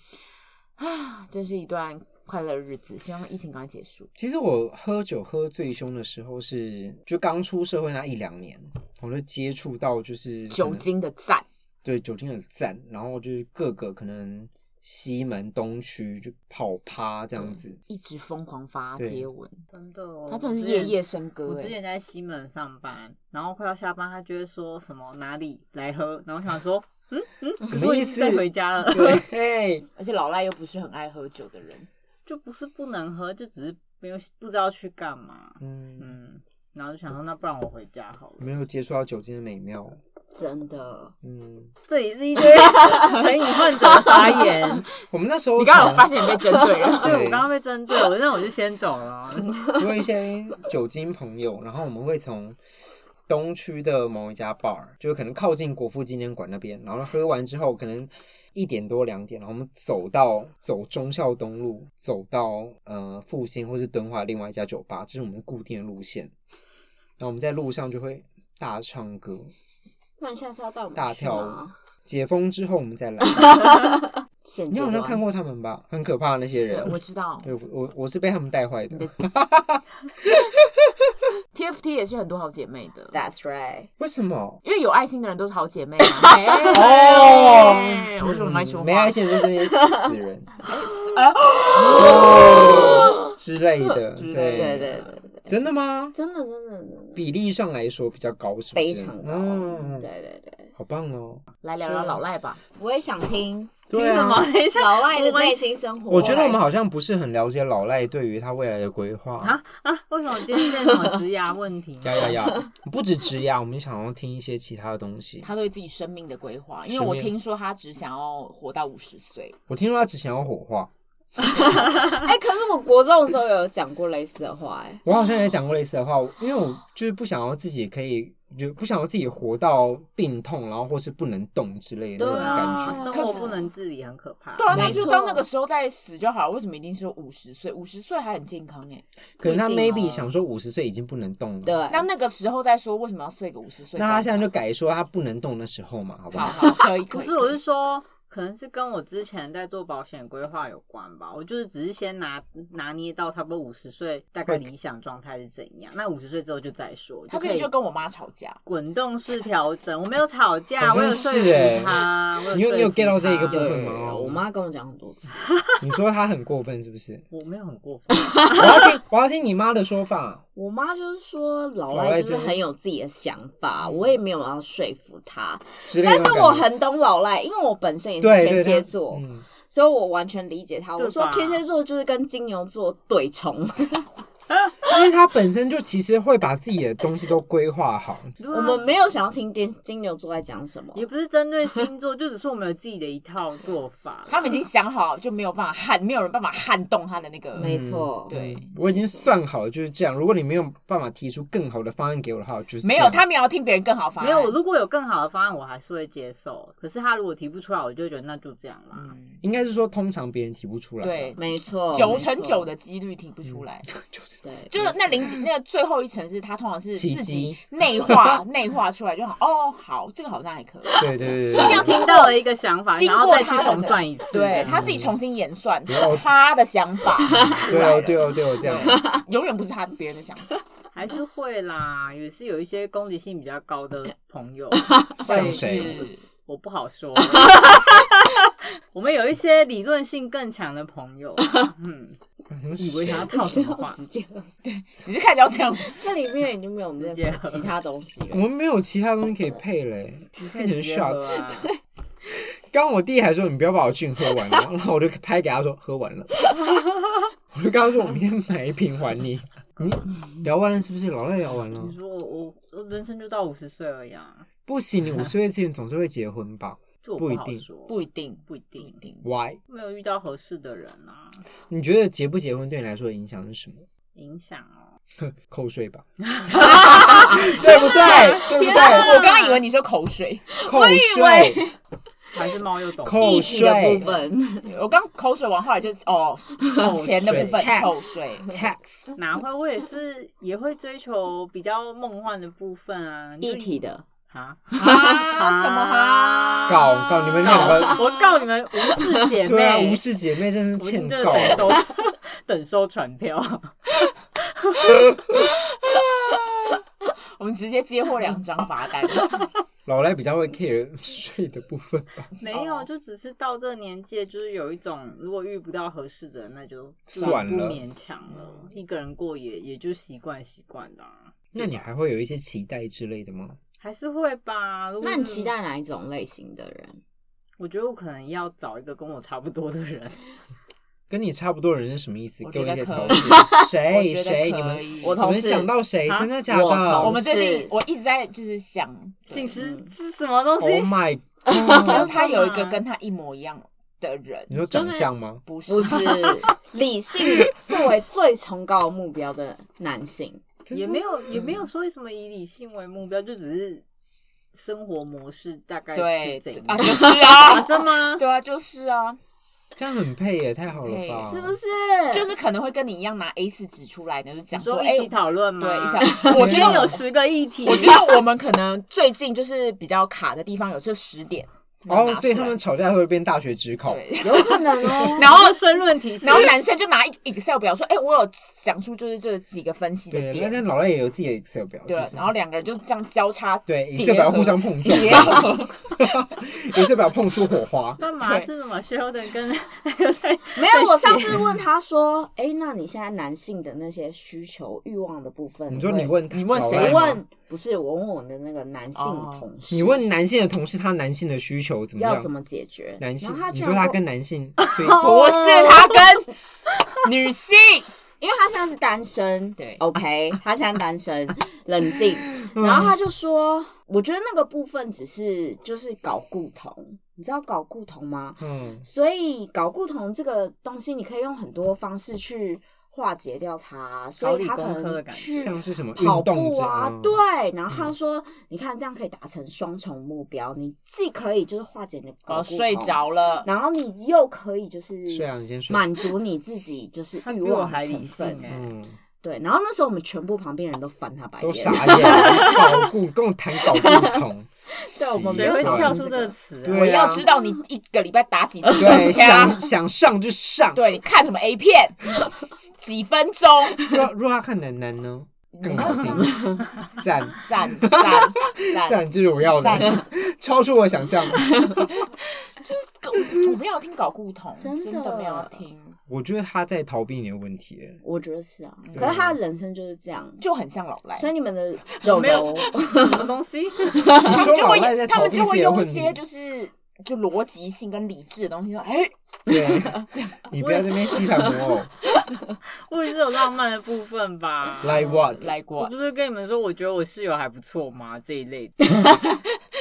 Speaker 4: 啊，真是一段快乐日子，希望疫情赶快结束。
Speaker 1: 其实我喝酒喝最凶的时候是，就刚出社会那一两年，我就接触到就是可能
Speaker 4: 酒，精的赞，
Speaker 1: 对酒精很赞，然后就是各个可能西门东区就跑趴这样子，
Speaker 4: 一直疯狂发
Speaker 1: 对
Speaker 4: 贴文，
Speaker 3: 真的哦，
Speaker 4: 他真的是夜夜笙歌
Speaker 3: 我之
Speaker 4: 哎、
Speaker 3: 前在西门上班，然后快要下班，他就会说什么哪里来喝，然后我想说，嗯嗯，
Speaker 1: 什
Speaker 3: 可
Speaker 1: 么
Speaker 3: 是我已
Speaker 1: 意
Speaker 3: 经
Speaker 1: 思
Speaker 3: 在回家了，
Speaker 1: 对， 嘿
Speaker 4: 而且老赖又不是很爱喝酒的人，
Speaker 3: 就不是不能喝，就只是没有不知道去干嘛，
Speaker 1: 嗯，
Speaker 3: 嗯，然后就想说，那不然我回家好了。
Speaker 1: 没有接触到酒精的美妙，
Speaker 5: 真的，
Speaker 1: 嗯，
Speaker 3: 这里是一堆 成瘾患者的发言，
Speaker 1: 我们那时候
Speaker 4: 你刚刚有
Speaker 1: 常
Speaker 4: 发现你被针对了，
Speaker 3: 对我刚刚被针对，我那我就先走了。
Speaker 1: 我有一些酒精朋友，然后我们会从东区的某一家 bar，就是可能靠近国父纪念馆那边，然后喝完之后可能一点多两点，然后我们走到走忠孝东路，走到呃复兴或是敦化另外一家酒吧，这是我们固定的路线。然后我们在路上就会大唱歌，
Speaker 5: 那你下次要带我们
Speaker 1: 大
Speaker 5: 去
Speaker 1: 跳
Speaker 5: 吗
Speaker 1: 解封之后我们再来。
Speaker 5: 现
Speaker 1: 你
Speaker 5: 阶
Speaker 1: 好像看
Speaker 5: 段
Speaker 1: 过他们吧？很可怕的那些人。
Speaker 4: 我知道
Speaker 1: 对，我我我是被他们带坏的。
Speaker 4: TFT 也也是很多好姐妹的，
Speaker 5: That's right，
Speaker 1: 为什么？
Speaker 4: 因为有爱心的人都是好姐妹啊。
Speaker 1: 哦
Speaker 4: 哎我是很爱说话，
Speaker 1: 没爱心的就是那些死人
Speaker 4: 啊
Speaker 1: 哦之类的，
Speaker 4: 之类
Speaker 5: 对对对对对，
Speaker 1: 真的吗？
Speaker 5: 真的真的真的
Speaker 1: 比例上来说比较高，是不是？
Speaker 5: 非常高，对
Speaker 1: 嗯，
Speaker 5: 对对，
Speaker 1: 好棒哦！
Speaker 4: 来聊聊老赖吧。
Speaker 5: 我也想听
Speaker 3: 听
Speaker 1: 对
Speaker 3: 什么
Speaker 1: 啊，？
Speaker 3: 等一下，
Speaker 5: 老外的
Speaker 3: 我们
Speaker 5: 内心生活。
Speaker 1: 我觉得我们好像不是很了解老赖对于他未来的规划。
Speaker 3: 啊啊！为什么今天变什么职涯 问题？
Speaker 1: 呀呀呀！不止职涯，我们想要听一些其他的 东西。
Speaker 4: 他对自己生命的规划，因为
Speaker 1: 生
Speaker 4: 我
Speaker 1: 命
Speaker 4: 听说他只想要活到五十岁。
Speaker 1: 我听说他只想要火化，
Speaker 5: 哎、可是我国中的时候有讲过类似的话、哎，
Speaker 1: 我好像也讲过类似的话，因为我就是不想要自己可以，就不想要自己活到病痛，然后或是不能动之类的那种
Speaker 5: 对啊
Speaker 1: 感觉。
Speaker 3: 生
Speaker 4: 可
Speaker 3: 活
Speaker 4: 是
Speaker 3: 不能自理很可怕。
Speaker 4: 对啊，
Speaker 1: 没
Speaker 4: 那就
Speaker 5: 错
Speaker 4: 到那个时候再死就好了。为什么一定是五十岁？五十岁还很健康哎、
Speaker 1: 可能他
Speaker 3: 不一定
Speaker 1: maybe
Speaker 3: 哦
Speaker 1: 想说五十岁已经不能动了，
Speaker 5: 对，，
Speaker 4: 那那个时候再说为什么要设一个五十岁？
Speaker 1: 那他现在就改说他不能动的时候嘛，好不
Speaker 4: 好
Speaker 1: 好？
Speaker 4: 好可以。可以
Speaker 3: 不是，我是说，可能是跟我之前在做保险规划有关吧。我就是只是先拿拿捏到差不多五十岁大概理想状态是怎样，那五十岁之后就再说，
Speaker 4: 他
Speaker 3: 可
Speaker 4: 最近
Speaker 3: 以
Speaker 4: 就跟我妈吵架，
Speaker 3: 滚动式调整。我没有吵架，
Speaker 1: 好
Speaker 3: 我
Speaker 1: 像
Speaker 3: 有说
Speaker 1: 是欸
Speaker 3: 服他，我
Speaker 1: 你有
Speaker 3: 说
Speaker 1: 你有
Speaker 3: 服
Speaker 1: get 到这一
Speaker 3: 他
Speaker 1: 个部
Speaker 5: 有
Speaker 1: 分
Speaker 5: 有
Speaker 1: 吗
Speaker 5: 有我妈跟我讲很多次，
Speaker 1: 你说他很过分是不是？
Speaker 3: 我没有很过分，
Speaker 1: 我要听，我要听你妈的说法。
Speaker 5: 我妈就是说老
Speaker 1: 老
Speaker 5: 外
Speaker 1: 外
Speaker 5: 就是
Speaker 1: 就是
Speaker 5: 很有自己的想法，我也没有要说服他，
Speaker 1: 之类的
Speaker 5: 但
Speaker 1: 那
Speaker 5: 是
Speaker 1: 种感觉。
Speaker 5: 我很懂老赖，因为我本身也是
Speaker 1: 对
Speaker 5: 天
Speaker 1: 对
Speaker 5: 蝎
Speaker 1: 对
Speaker 5: 座，
Speaker 1: 嗯，
Speaker 5: 所以我完全理解他。
Speaker 3: 对吧
Speaker 5: 我说天蝎座就是跟金牛座对冲，
Speaker 1: 因为他本身就其实会把自己的东西都规划好，
Speaker 3: 我
Speaker 5: 我们没有想要听金金牛座在讲什么。
Speaker 3: 啊也不是针对星座，就只是我们有自己的一套做法。
Speaker 4: 他们已经想好就没有办法撼，没有人办法撼动他的那个。
Speaker 5: 没错，
Speaker 4: 对，
Speaker 1: 嗯我已经算好了就是这样。如果你没有办法提出更好的方案给我的话，就是
Speaker 4: 没
Speaker 1: 这
Speaker 4: 有，
Speaker 1: 样
Speaker 4: 他没有要听别人更好方
Speaker 3: 没
Speaker 4: 案。
Speaker 3: 有，我如果有更好的方案，我还是会接受。可是他如果提不出来，我就会觉得那就这样啦。
Speaker 4: 嗯，
Speaker 1: 应该是说通常别人提不出来。
Speaker 4: 对，
Speaker 5: 没错，
Speaker 4: 九
Speaker 5: 没错
Speaker 4: 成九，的几率提不出来。
Speaker 1: 就是
Speaker 5: 对，
Speaker 4: 就是那零那个最后一层是他通常是
Speaker 1: 奇
Speaker 4: 自己
Speaker 1: 迹
Speaker 4: 内 化内化出来就好哦，好，这个好像还可以。
Speaker 1: 对对对
Speaker 4: 一定
Speaker 1: 对
Speaker 4: 要
Speaker 1: 对。
Speaker 3: 听到了 一个想法，
Speaker 4: 经
Speaker 3: 然后
Speaker 4: 过
Speaker 3: 再
Speaker 4: 他
Speaker 3: 去
Speaker 4: 的
Speaker 3: 重算一次。
Speaker 4: 对
Speaker 3: 嗯
Speaker 4: 他自己重新演算，是
Speaker 1: 要
Speaker 4: 他的想法，
Speaker 1: 对 哦，对哦，对哦，这样。
Speaker 4: 永远不是他别人的想法。
Speaker 3: 还是会啦，也是有一些攻击性比较高的朋 友，
Speaker 1: 像
Speaker 4: 是
Speaker 1: 谁？
Speaker 3: 我不好说。 我们有一些理论性更强的朋友啊，嗯，以为想要套什么话？
Speaker 4: 啊
Speaker 5: 直接，
Speaker 4: 你是看到这样，
Speaker 5: 这里面已经没有任
Speaker 3: 直接
Speaker 5: 何其他东西
Speaker 1: 我
Speaker 5: 了。
Speaker 1: 们没有其他东西可以配嘞。
Speaker 3: 你可以直接喝啊！
Speaker 1: 刚刚我弟还说你不要把我菌喝完了， 然后我就拍给他说喝完了。 我就跟他说我明天买一瓶还你。你聊完了是不是？老赖聊完了
Speaker 3: 你，说我我人生就到五十岁而已啊，
Speaker 1: 不行，你五十岁之前总是会结婚吧
Speaker 3: 这我
Speaker 1: 不一
Speaker 3: 好
Speaker 1: 定
Speaker 3: 说，
Speaker 4: 不一定，
Speaker 3: 不一
Speaker 4: 不一
Speaker 3: 定，
Speaker 4: 定。
Speaker 1: ？Why？
Speaker 3: 没有遇到合适的人啊，
Speaker 1: 你觉得结不结婚对你来说的影响是什么？
Speaker 3: 影响哦。
Speaker 1: 扣税吧，对不对？ 对啊不对？
Speaker 4: 我刚刚以为你说口水，
Speaker 1: 扣税，
Speaker 3: 还是猫 又懂，
Speaker 1: 扣
Speaker 5: 议题的部
Speaker 1: 税
Speaker 5: 分，
Speaker 4: 我刚口水完后来就是哦，钱的部分
Speaker 1: 口水
Speaker 4: 口水。
Speaker 1: ，tax
Speaker 3: 哪会？我也是也会追求比较梦幻的部分啊，你就
Speaker 5: 议题的，
Speaker 3: 啊。
Speaker 4: 啊什么啊？
Speaker 1: 告告你们两个，
Speaker 3: 我告你们无视姐妹，
Speaker 1: 对啊，无视姐妹真是
Speaker 3: 我一
Speaker 1: 欠
Speaker 3: 定就是
Speaker 1: 告。啊
Speaker 3: 等收等收传票。
Speaker 4: 我们直接接获两张罚 单。
Speaker 1: 老赖比较会 care 税的部分吧，
Speaker 3: 没
Speaker 1: 哦
Speaker 3: 有，就只是到这个年纪，就是有一种如果遇不到合适的人，那就
Speaker 1: 算
Speaker 3: 不
Speaker 1: 了
Speaker 3: 勉强了。一个人过也也就习惯习惯的、啊，
Speaker 1: 那你还会有一些期待之类的吗？
Speaker 3: 还是会吧。如果
Speaker 5: 那你
Speaker 3: 是
Speaker 5: 期？待哪一种类型的 人？
Speaker 3: 我觉得我可能要找一个跟我差不多的 人，
Speaker 1: 跟你差不多的人是什么意思？
Speaker 4: 我
Speaker 1: 给
Speaker 4: 觉
Speaker 1: 我
Speaker 4: 得
Speaker 1: 一些
Speaker 4: 可
Speaker 1: 条
Speaker 4: 以
Speaker 1: 件。
Speaker 4: 我 觉得
Speaker 1: 谁哎谁？
Speaker 4: 可
Speaker 1: 你们
Speaker 4: 以
Speaker 5: 我
Speaker 1: 你
Speaker 5: 同
Speaker 1: 们
Speaker 5: 事
Speaker 1: 想到谁？
Speaker 3: 啊
Speaker 1: 真的假
Speaker 5: 我
Speaker 1: 的
Speaker 5: 同
Speaker 4: 我们最近
Speaker 5: 是
Speaker 4: 我一直在就是想，嗯
Speaker 3: 姓氏是什么东西？
Speaker 1: ？Oh my
Speaker 4: 就是
Speaker 3: 啊
Speaker 1: god！
Speaker 4: 他有一个跟他一模一样的人，
Speaker 1: 你说长相吗？
Speaker 4: 不是
Speaker 5: 不是理性作为最崇高的目标的男性，
Speaker 3: 也没有也没有说什么以理性为目标，就只是生活模式大概
Speaker 4: 对
Speaker 3: 是怎
Speaker 4: 对
Speaker 3: 样
Speaker 4: 啊，就是 啊
Speaker 3: 啊？，真吗？
Speaker 4: 对啊，就是啊，
Speaker 1: 这样很配耶，太好了
Speaker 4: 配
Speaker 1: 吧？
Speaker 5: 是不是？
Speaker 4: 就是可能会跟你一样拿 A 四纸出来呢，就 讲
Speaker 3: 你说
Speaker 4: 哎
Speaker 3: 一，起讨论吗？
Speaker 4: 对，一想，我觉
Speaker 3: 今
Speaker 4: 得
Speaker 3: 天
Speaker 4: 我
Speaker 3: 有十个议题，
Speaker 4: 我觉得我们可能最近就是比较卡的地方有这十点，
Speaker 1: 然后哦所以他们吵架会变大学只考，
Speaker 4: 对，
Speaker 5: 有可能 哦。
Speaker 4: 然后
Speaker 3: 就申论题是，
Speaker 4: 然后男生就拿一 Excel 表说，哎、我有讲出就是这几个分析的
Speaker 1: 对，但
Speaker 4: 点，
Speaker 1: 是老赖也有自己的 Excel 表，
Speaker 4: 对啊
Speaker 1: 就是，
Speaker 4: 然后两个人就这样交叉
Speaker 1: 对
Speaker 4: 叠
Speaker 1: Excel 表要互相碰撞 ，Excel 表碰出火花，
Speaker 3: 干嘛是什么 Sheldon 跟 那个在
Speaker 5: 没有，我上次问他说：“哎、那你现在男性的那些需求、欲望的部分，
Speaker 1: 你说
Speaker 5: 会
Speaker 1: 你问
Speaker 4: 你问谁
Speaker 1: 老赖
Speaker 5: 我
Speaker 1: 吗
Speaker 5: 问不是我问我的那个男性
Speaker 4: 哦
Speaker 5: 同事，
Speaker 1: 你问男性的同事他男性的需求怎么
Speaker 5: 要
Speaker 1: 样？
Speaker 5: 怎么解决？
Speaker 1: 男性
Speaker 5: 然后他，
Speaker 1: 你
Speaker 5: 居然
Speaker 1: 说他
Speaker 5: 我
Speaker 1: 跟男性，所 以
Speaker 4: 不是他跟 女性，
Speaker 5: 因为他现在是单身，
Speaker 4: 对
Speaker 5: ，OK，他现在 单身，冷静。
Speaker 1: 嗯
Speaker 5: 然后他就说，我觉得那个部分只是就是搞固同，你知道搞固同吗？
Speaker 1: 嗯，
Speaker 5: 所以搞固同这个东西，你可以用很多方式去化解掉它，所以他可
Speaker 3: 逃离工科的
Speaker 5: 能
Speaker 3: 感觉
Speaker 5: 去。
Speaker 1: 像是什么运
Speaker 5: 跑
Speaker 1: 动
Speaker 5: 步
Speaker 1: 者
Speaker 5: 啊，对，然后他说：“你看，这样可以达成双重目标，你既可以就是化解你的搞
Speaker 4: 我
Speaker 5: 固同
Speaker 4: 睡，着
Speaker 1: 啊
Speaker 4: 了，
Speaker 5: 然后你又可以就是
Speaker 1: 哦睡啊，你先睡，
Speaker 5: 满足你自己就是
Speaker 3: 他比
Speaker 5: 欲
Speaker 3: 我
Speaker 5: 望
Speaker 3: 还
Speaker 5: 的
Speaker 3: 理
Speaker 5: 成
Speaker 3: 性
Speaker 5: 分。
Speaker 3: 哎、
Speaker 1: 嗯，
Speaker 5: 对，然后那时候我们全部旁边人都翻他白眼，
Speaker 1: 都傻眼，搞固跟我谈搞固同，
Speaker 5: 对我们没
Speaker 3: 谁
Speaker 5: 有
Speaker 3: 会
Speaker 5: 讨
Speaker 3: 跳
Speaker 5: 论
Speaker 3: 出
Speaker 5: 这
Speaker 3: 这
Speaker 5: 个
Speaker 3: 个词、啊？
Speaker 1: 对啊
Speaker 4: 我要知道你一个礼拜打几次
Speaker 1: 对，
Speaker 4: 手枪
Speaker 1: 想，想上就上，
Speaker 4: 对，你看什么 A 片，几分钟，
Speaker 1: 如果如果他看男男呢，更高兴， 赞
Speaker 4: 赞赞赞。
Speaker 1: 赞，这是我要的
Speaker 4: 赞，
Speaker 1: 超出我想象。
Speaker 4: 我没有听搞固同，
Speaker 5: 真的
Speaker 4: 真的没有听，
Speaker 1: 我觉得他在逃避你的问题， 哎
Speaker 5: 我觉得是啊，可是他的人生就是这样，
Speaker 1: 嗯
Speaker 4: 就很像老赖。
Speaker 5: 所以你们的手
Speaker 3: 没有
Speaker 5: 游
Speaker 3: 什么东西？
Speaker 1: 你
Speaker 4: 他
Speaker 1: 说
Speaker 4: 们就
Speaker 1: 老赖在
Speaker 4: 会，他
Speaker 1: 逃
Speaker 4: 们
Speaker 1: 避
Speaker 4: 就
Speaker 1: 自
Speaker 4: 会
Speaker 1: 己的
Speaker 4: 用一
Speaker 1: 问题
Speaker 4: 些，就是就逻辑性跟理智的东西说， 哎，
Speaker 1: 对，你不要在那边吸盘魔偶
Speaker 3: 我也是有浪漫的部分吧。
Speaker 1: ，like what？
Speaker 4: 来
Speaker 3: 我
Speaker 4: 过，
Speaker 3: 不是跟你们说，我觉得我室友还不错吗？这一 类的，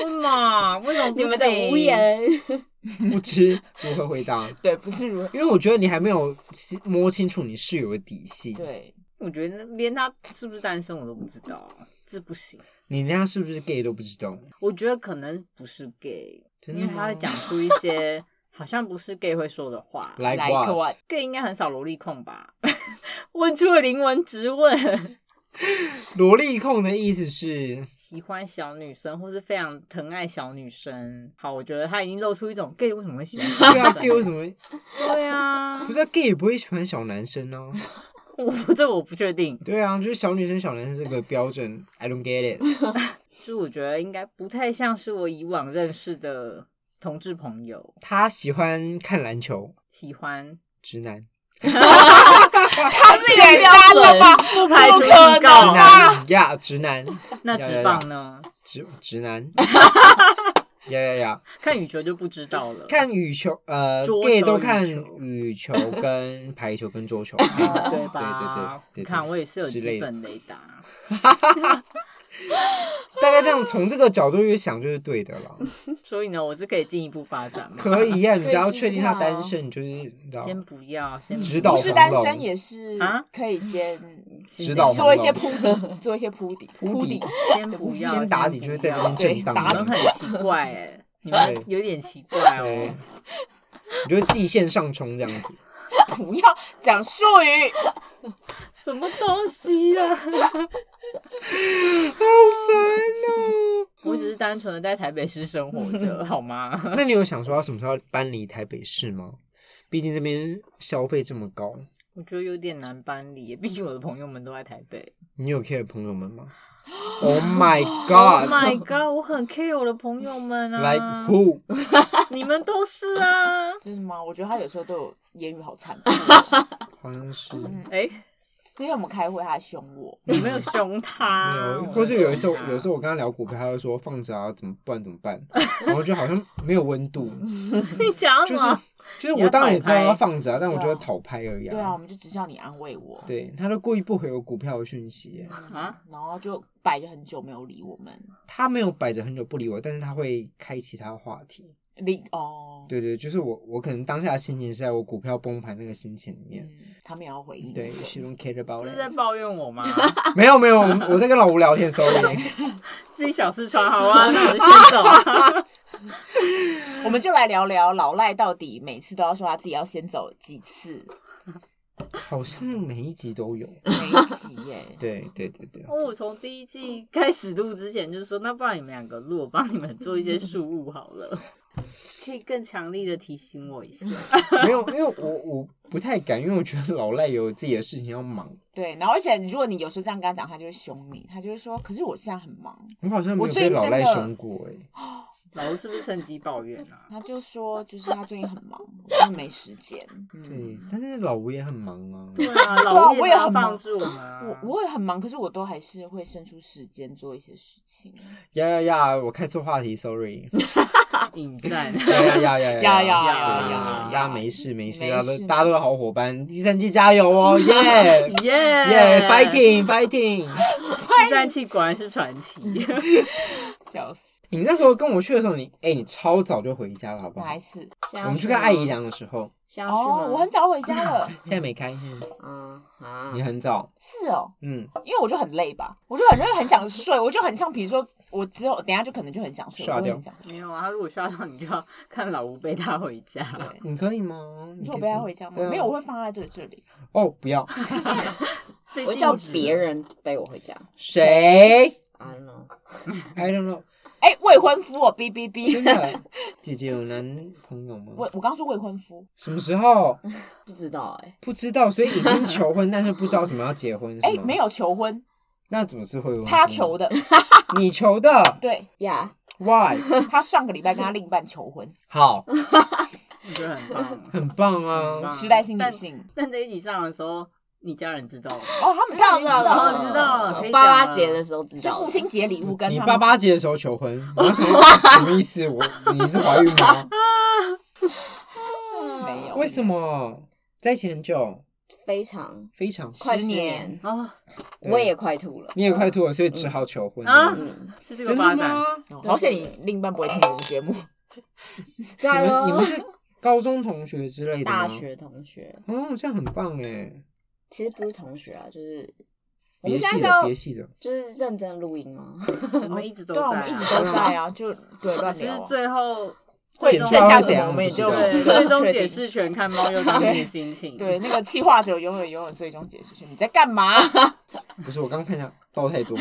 Speaker 3: 为嘛？为什么不
Speaker 5: 你们的
Speaker 3: 行
Speaker 5: 无？言，
Speaker 1: 不知如何回答？
Speaker 4: 对，不是如何，
Speaker 1: 因为我觉得你还没有摸清楚你室友的底细，
Speaker 4: 对，
Speaker 3: 我觉得连他是不是单身我都不知道，这不行。
Speaker 1: 你连他是不是 gay 都不知道。
Speaker 3: 我觉得可能不是 gay，
Speaker 1: 真的
Speaker 3: 因为他会
Speaker 1: 吗
Speaker 3: 讲出一 些好像不是 gay 会说的话。
Speaker 1: Like
Speaker 4: 来
Speaker 1: what？
Speaker 4: 过，啊
Speaker 3: gay 应该很少萝莉控吧？ 问出了灵魂直问，
Speaker 1: 萝莉控的意思是，
Speaker 3: 喜欢小女生或是非常疼爱小女生。好，我觉得他已经露出一种 gay 为什么会喜欢小女
Speaker 1: 对 啊
Speaker 3: 生？
Speaker 1: ，gay 为什么？
Speaker 3: 对啊
Speaker 1: 不，是啊 gay 也不会喜欢小男生呢、啊？
Speaker 3: 我这我不确定。
Speaker 1: 对啊，就是小女生、小男生这个标准，I don't get it。
Speaker 3: 就是我觉得应该不太像是我以往认识的同志朋友
Speaker 1: 他喜欢看篮球，
Speaker 3: 喜欢，
Speaker 1: 直男，
Speaker 4: 太简单了吧？
Speaker 3: 不排除
Speaker 4: 不可
Speaker 3: 提
Speaker 1: 直
Speaker 4: 好能
Speaker 3: 告。
Speaker 1: 男呀，直男，
Speaker 3: 那直棒呢？
Speaker 1: 直直 男，呀呀呀！
Speaker 3: 看羽球就不知道了。
Speaker 1: 看羽球，呃
Speaker 3: 桌球
Speaker 1: ，gay 都看
Speaker 3: 羽球
Speaker 1: 羽球、跟排球、跟桌球， 啊
Speaker 3: 对吧？
Speaker 1: 对对对对对，
Speaker 3: 你看我也是有
Speaker 1: 之类
Speaker 3: 基
Speaker 1: 的
Speaker 3: 本雷达，
Speaker 1: 大概这样从这个角度去想就是对的了。
Speaker 3: 所以呢，我是可以进一步发展嘛。
Speaker 1: 可 以呀、你
Speaker 4: 可以
Speaker 1: 只要
Speaker 4: 试试
Speaker 1: 确定他
Speaker 4: 看啊
Speaker 1: 单身，你就是你知道
Speaker 3: 先不要，先不要
Speaker 1: 指导
Speaker 4: 不
Speaker 1: 黄
Speaker 4: 是
Speaker 1: 龙
Speaker 4: 单身也是
Speaker 3: 啊
Speaker 4: 可以先
Speaker 1: 指导
Speaker 4: 做一些
Speaker 1: 黄
Speaker 4: 铺底，做一些铺底，
Speaker 1: 铺
Speaker 4: 铺
Speaker 1: 底
Speaker 4: 底，
Speaker 3: 先不要，
Speaker 1: 先打底就是在这边
Speaker 3: 对
Speaker 1: 震荡
Speaker 4: 对
Speaker 3: 你们
Speaker 1: 的，
Speaker 3: 很奇怪哎，你
Speaker 1: 对
Speaker 3: 们有点奇怪
Speaker 1: 对
Speaker 3: 哦。，
Speaker 1: 你就蓟线上冲这样子。
Speaker 4: 不要讲术语，
Speaker 3: 什么东西啦？ 我只是单纯的在台北市生活 着，好吗？
Speaker 1: 那你有想说要什么时候搬离台北市吗？毕竟这边消费这么高，
Speaker 3: 我觉得有点难搬离，毕竟我的朋友们都在台北。
Speaker 1: 你有 care 朋友们吗？Oh my
Speaker 3: Oh my
Speaker 1: god！
Speaker 3: god！我很 care 我的朋友们啊，
Speaker 1: 啊来、who？
Speaker 3: 你们都是啊。
Speaker 4: 真的吗？我觉得他有时候对我言语好 残酷。
Speaker 1: 好像是
Speaker 3: 哎、
Speaker 4: 那天我们开会，他还凶我，
Speaker 3: 我没有凶他
Speaker 1: 没，有，
Speaker 3: 我
Speaker 1: 或是有一时候
Speaker 3: 没，
Speaker 1: 有时候我跟他聊股票，他就说放着啊，怎么办？怎么办？然后就好像没有温 度，
Speaker 3: 你想要什
Speaker 1: 就是
Speaker 3: 么？
Speaker 1: 就是我当然也知道
Speaker 3: 你
Speaker 1: 要
Speaker 3: 要讨拍
Speaker 1: 放着啊，但我觉得
Speaker 4: 对啊
Speaker 1: 讨拍而已
Speaker 4: 对啊，我们就只是要你安慰我，
Speaker 1: 对，他都故意不回我股票的讯息耶，
Speaker 3: 啊，
Speaker 4: 然后就摆着很久没有理我们，
Speaker 1: 他没有摆着很久不理我，但是他会开其他话题。
Speaker 4: 理哦，
Speaker 1: 对对，就是我我可能当下的心情是在我股票崩盘那个心情里面。
Speaker 4: 嗯，他们也要回应，
Speaker 1: 对，是用 care about
Speaker 3: 是在
Speaker 1: it。
Speaker 3: 抱怨 我吗？
Speaker 1: 没有没有，我在跟老吴聊天，sorry。
Speaker 3: 自己小事穿好啊，那我就先走啊。
Speaker 4: 我们就来聊聊老赖到底每次都要说他自己要先走几次，
Speaker 1: 好像每一集都有。
Speaker 4: 每一 集耶，
Speaker 1: 对对对对，
Speaker 3: 哦，我从第一季开始录之前就是说，那不然你们两个录，我帮你们做一些事务好了。可以更强力的提醒我一下。
Speaker 1: 没有，因为我我不太敢，因为我觉得老赖有自己的事情要忙。
Speaker 4: 对，然后而且如果你有时候这样跟他讲，他就会凶你，他就会说：“可是我现在很忙。
Speaker 1: 我好像没
Speaker 4: 我
Speaker 1: 有
Speaker 4: 最
Speaker 1: 被老
Speaker 4: 真
Speaker 1: 赖
Speaker 4: 的
Speaker 1: 凶过哎、
Speaker 3: 老吴是不是趁机抱怨”啊？
Speaker 4: 他就说：“就是他最近很忙，我真的没时间。”嗯，
Speaker 1: 对，但是老吴也很忙啊。
Speaker 3: 对啊，
Speaker 4: 啊
Speaker 3: 老吴
Speaker 4: 我
Speaker 3: 也
Speaker 4: 也
Speaker 3: 要
Speaker 4: 很忙
Speaker 3: 放置我们啊。
Speaker 4: 我我也很忙，可是我都还是会伸出时间做一些事情。
Speaker 1: 呀呀呀！我开错话题，sorry。
Speaker 3: 引 战。
Speaker 1: 呀呀呀呀
Speaker 4: 呀呀
Speaker 3: 呀
Speaker 1: 对
Speaker 3: 呀
Speaker 1: 大家没事没事，
Speaker 4: 啊嗯没
Speaker 1: 大家都
Speaker 4: 事
Speaker 1: 大家都是好伙伴，第三季加油哦，耶
Speaker 3: 耶
Speaker 1: 耶，fighting fighting！
Speaker 3: 第三期果然是传奇。
Speaker 4: 笑死，
Speaker 1: 你那时候跟我去的时候，你哎、你超早就回家了，好不
Speaker 4: 哪
Speaker 1: 好
Speaker 4: 一？次？
Speaker 5: 想要
Speaker 1: 我们去
Speaker 5: 吗
Speaker 1: 看艾姨，良的时候，
Speaker 5: 想要去吗
Speaker 4: 哦，我很早回家了。
Speaker 1: 现在没开，
Speaker 5: 嗯啊
Speaker 1: 你，很早，
Speaker 4: 是哦，
Speaker 1: 嗯，
Speaker 4: 因为我就很累吧，我就很累，很想睡，我就很像，比如说我之后等一下就可能就很想睡，
Speaker 1: 刷
Speaker 4: 我就
Speaker 1: 掉
Speaker 4: 很想。
Speaker 3: 没有啊，他如果刷到你就要看老吴背他回家。
Speaker 4: 对，
Speaker 1: 你可以吗？
Speaker 4: 你
Speaker 1: 你
Speaker 4: 说我
Speaker 1: 可以
Speaker 4: 背他回家吗？
Speaker 1: 对啊
Speaker 4: 没有，我会放在这这里。
Speaker 1: 哦，不要，
Speaker 3: 被
Speaker 5: 我叫
Speaker 3: 禁
Speaker 1: 啊
Speaker 3: 止
Speaker 5: 别人背我回家。
Speaker 1: 谁
Speaker 5: I don't know，
Speaker 1: ？I don't know，
Speaker 4: 哎，未婚夫哦，哔哔
Speaker 1: 真
Speaker 4: 哔。
Speaker 1: 的，姐姐有男朋友吗
Speaker 4: 我？我刚刚说未婚夫，
Speaker 1: 什么时候？
Speaker 5: 不知道哎、
Speaker 1: 不知道，所以已经求 婚，但是不知道什么要结婚，是
Speaker 4: 哎，
Speaker 1: 吗？
Speaker 4: 没，有求婚，
Speaker 1: 那怎么是会有？
Speaker 4: 他求的，
Speaker 1: 你求的
Speaker 4: 对
Speaker 5: 呀、
Speaker 1: ，why？
Speaker 4: 他上个礼拜跟他另一半求婚，
Speaker 1: 好，
Speaker 3: 我觉得很 棒。
Speaker 1: 很棒
Speaker 3: 很
Speaker 1: 啊
Speaker 3: 棒！
Speaker 4: 时代性女性。
Speaker 3: 但这一集上的时候，你家人知道吗？
Speaker 4: 哦，他们家已经
Speaker 5: 知
Speaker 4: 知
Speaker 5: 道
Speaker 4: 道
Speaker 5: 了
Speaker 4: 了，哦
Speaker 3: 知道了，可以
Speaker 5: 爸
Speaker 3: 讲
Speaker 5: 爸
Speaker 3: 了
Speaker 5: 节的时候知
Speaker 4: 是
Speaker 5: 道
Speaker 4: 父
Speaker 5: 的，
Speaker 4: 亲节礼物跟
Speaker 1: 你
Speaker 4: 他
Speaker 1: 爸
Speaker 4: 们
Speaker 1: 爸节的时候求婚，我要想说什么意思？我你是怀孕吗？
Speaker 4: 没有，
Speaker 1: 为什么在一起很久？
Speaker 5: 非常
Speaker 1: 非常，
Speaker 5: 快
Speaker 4: 十
Speaker 5: 十
Speaker 4: 年
Speaker 5: 年，
Speaker 3: 哦，
Speaker 1: 对
Speaker 5: 我也快吐了。
Speaker 1: 你也快吐了，所以只好求婚
Speaker 3: 啊
Speaker 5: 嗯，
Speaker 3: 是这个
Speaker 1: 真
Speaker 3: 发
Speaker 1: 的
Speaker 3: 展。
Speaker 1: 吗？
Speaker 4: 么？好险你另一半不会听我们节目。
Speaker 1: 你
Speaker 5: 在
Speaker 1: 们你
Speaker 5: 哦
Speaker 1: 们，是高中同学之类的吗？
Speaker 5: 大学同学
Speaker 1: 哦，这样很棒哎！
Speaker 5: 其实不是同学啊，就是我
Speaker 1: 别
Speaker 5: 们现
Speaker 1: 系
Speaker 5: 在是
Speaker 1: 的，
Speaker 5: 要
Speaker 1: 别系的，
Speaker 5: 就是认真录音吗？
Speaker 3: 我们一直都
Speaker 4: 对啊，我
Speaker 3: 在啊，
Speaker 4: 们一直 都在啊，就对乱
Speaker 3: 只
Speaker 4: 聊
Speaker 3: 是
Speaker 4: 啊。
Speaker 3: 最后
Speaker 4: 会
Speaker 1: 剪
Speaker 4: 剩
Speaker 1: 刀
Speaker 4: 下
Speaker 1: 是怎
Speaker 4: 什么
Speaker 1: 样
Speaker 4: 我们也
Speaker 1: 不
Speaker 4: 就
Speaker 1: 知道
Speaker 3: 对
Speaker 4: 不能
Speaker 3: 最终
Speaker 4: 确
Speaker 3: 解
Speaker 4: 定
Speaker 3: 释权看猫又当天的心情。
Speaker 4: 对，那个气化者永远拥有最终解释权。你在干嘛？
Speaker 1: 不是我刚看一下倒太多，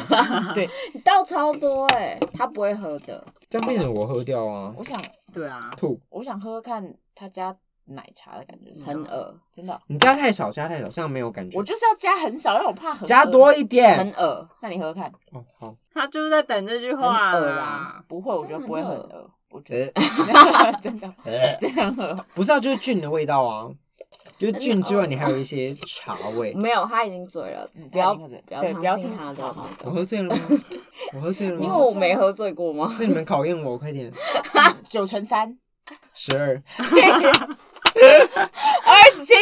Speaker 5: 你倒超多哎、他不会喝的，
Speaker 1: 这样变成我喝掉啊
Speaker 4: 我，想，
Speaker 3: 对啊，
Speaker 1: 吐！
Speaker 4: 我想喝喝看他家奶茶的感觉是什
Speaker 5: 很
Speaker 4: 么，
Speaker 5: 恶
Speaker 4: 真的。
Speaker 1: 你加太少，加太少，这样没有感觉
Speaker 4: 我。就是要加很少，因为我怕很
Speaker 1: 加多。一
Speaker 5: 很
Speaker 1: 点
Speaker 5: 恶，
Speaker 4: 那你喝喝看，
Speaker 1: 哦，好，
Speaker 3: 他就是在等这句话
Speaker 5: 很恶
Speaker 3: 啦啊
Speaker 5: 啦。
Speaker 4: 不会，我觉得不会很
Speaker 5: 真的
Speaker 4: 饿，我觉
Speaker 1: 呃
Speaker 4: 得真的
Speaker 1: 呃
Speaker 4: 真的很饿。
Speaker 1: 不是啊，就是菌的味道啊，就是菌之外，你还有一些茶味。
Speaker 5: 没有，他已经醉了
Speaker 4: 嗯，
Speaker 5: 不要
Speaker 4: 他已经喝醉
Speaker 5: 不要
Speaker 4: 对不要
Speaker 5: 听
Speaker 4: 听
Speaker 5: 他的
Speaker 4: 他
Speaker 5: 那
Speaker 1: 我
Speaker 5: 个，
Speaker 1: 喝醉了吗？我喝醉了
Speaker 5: 因为
Speaker 1: 吗？
Speaker 5: 我没喝醉过吗？
Speaker 1: 那你们考验我，快点！
Speaker 4: 嗯九乘三，
Speaker 1: 十二，
Speaker 4: 二十七，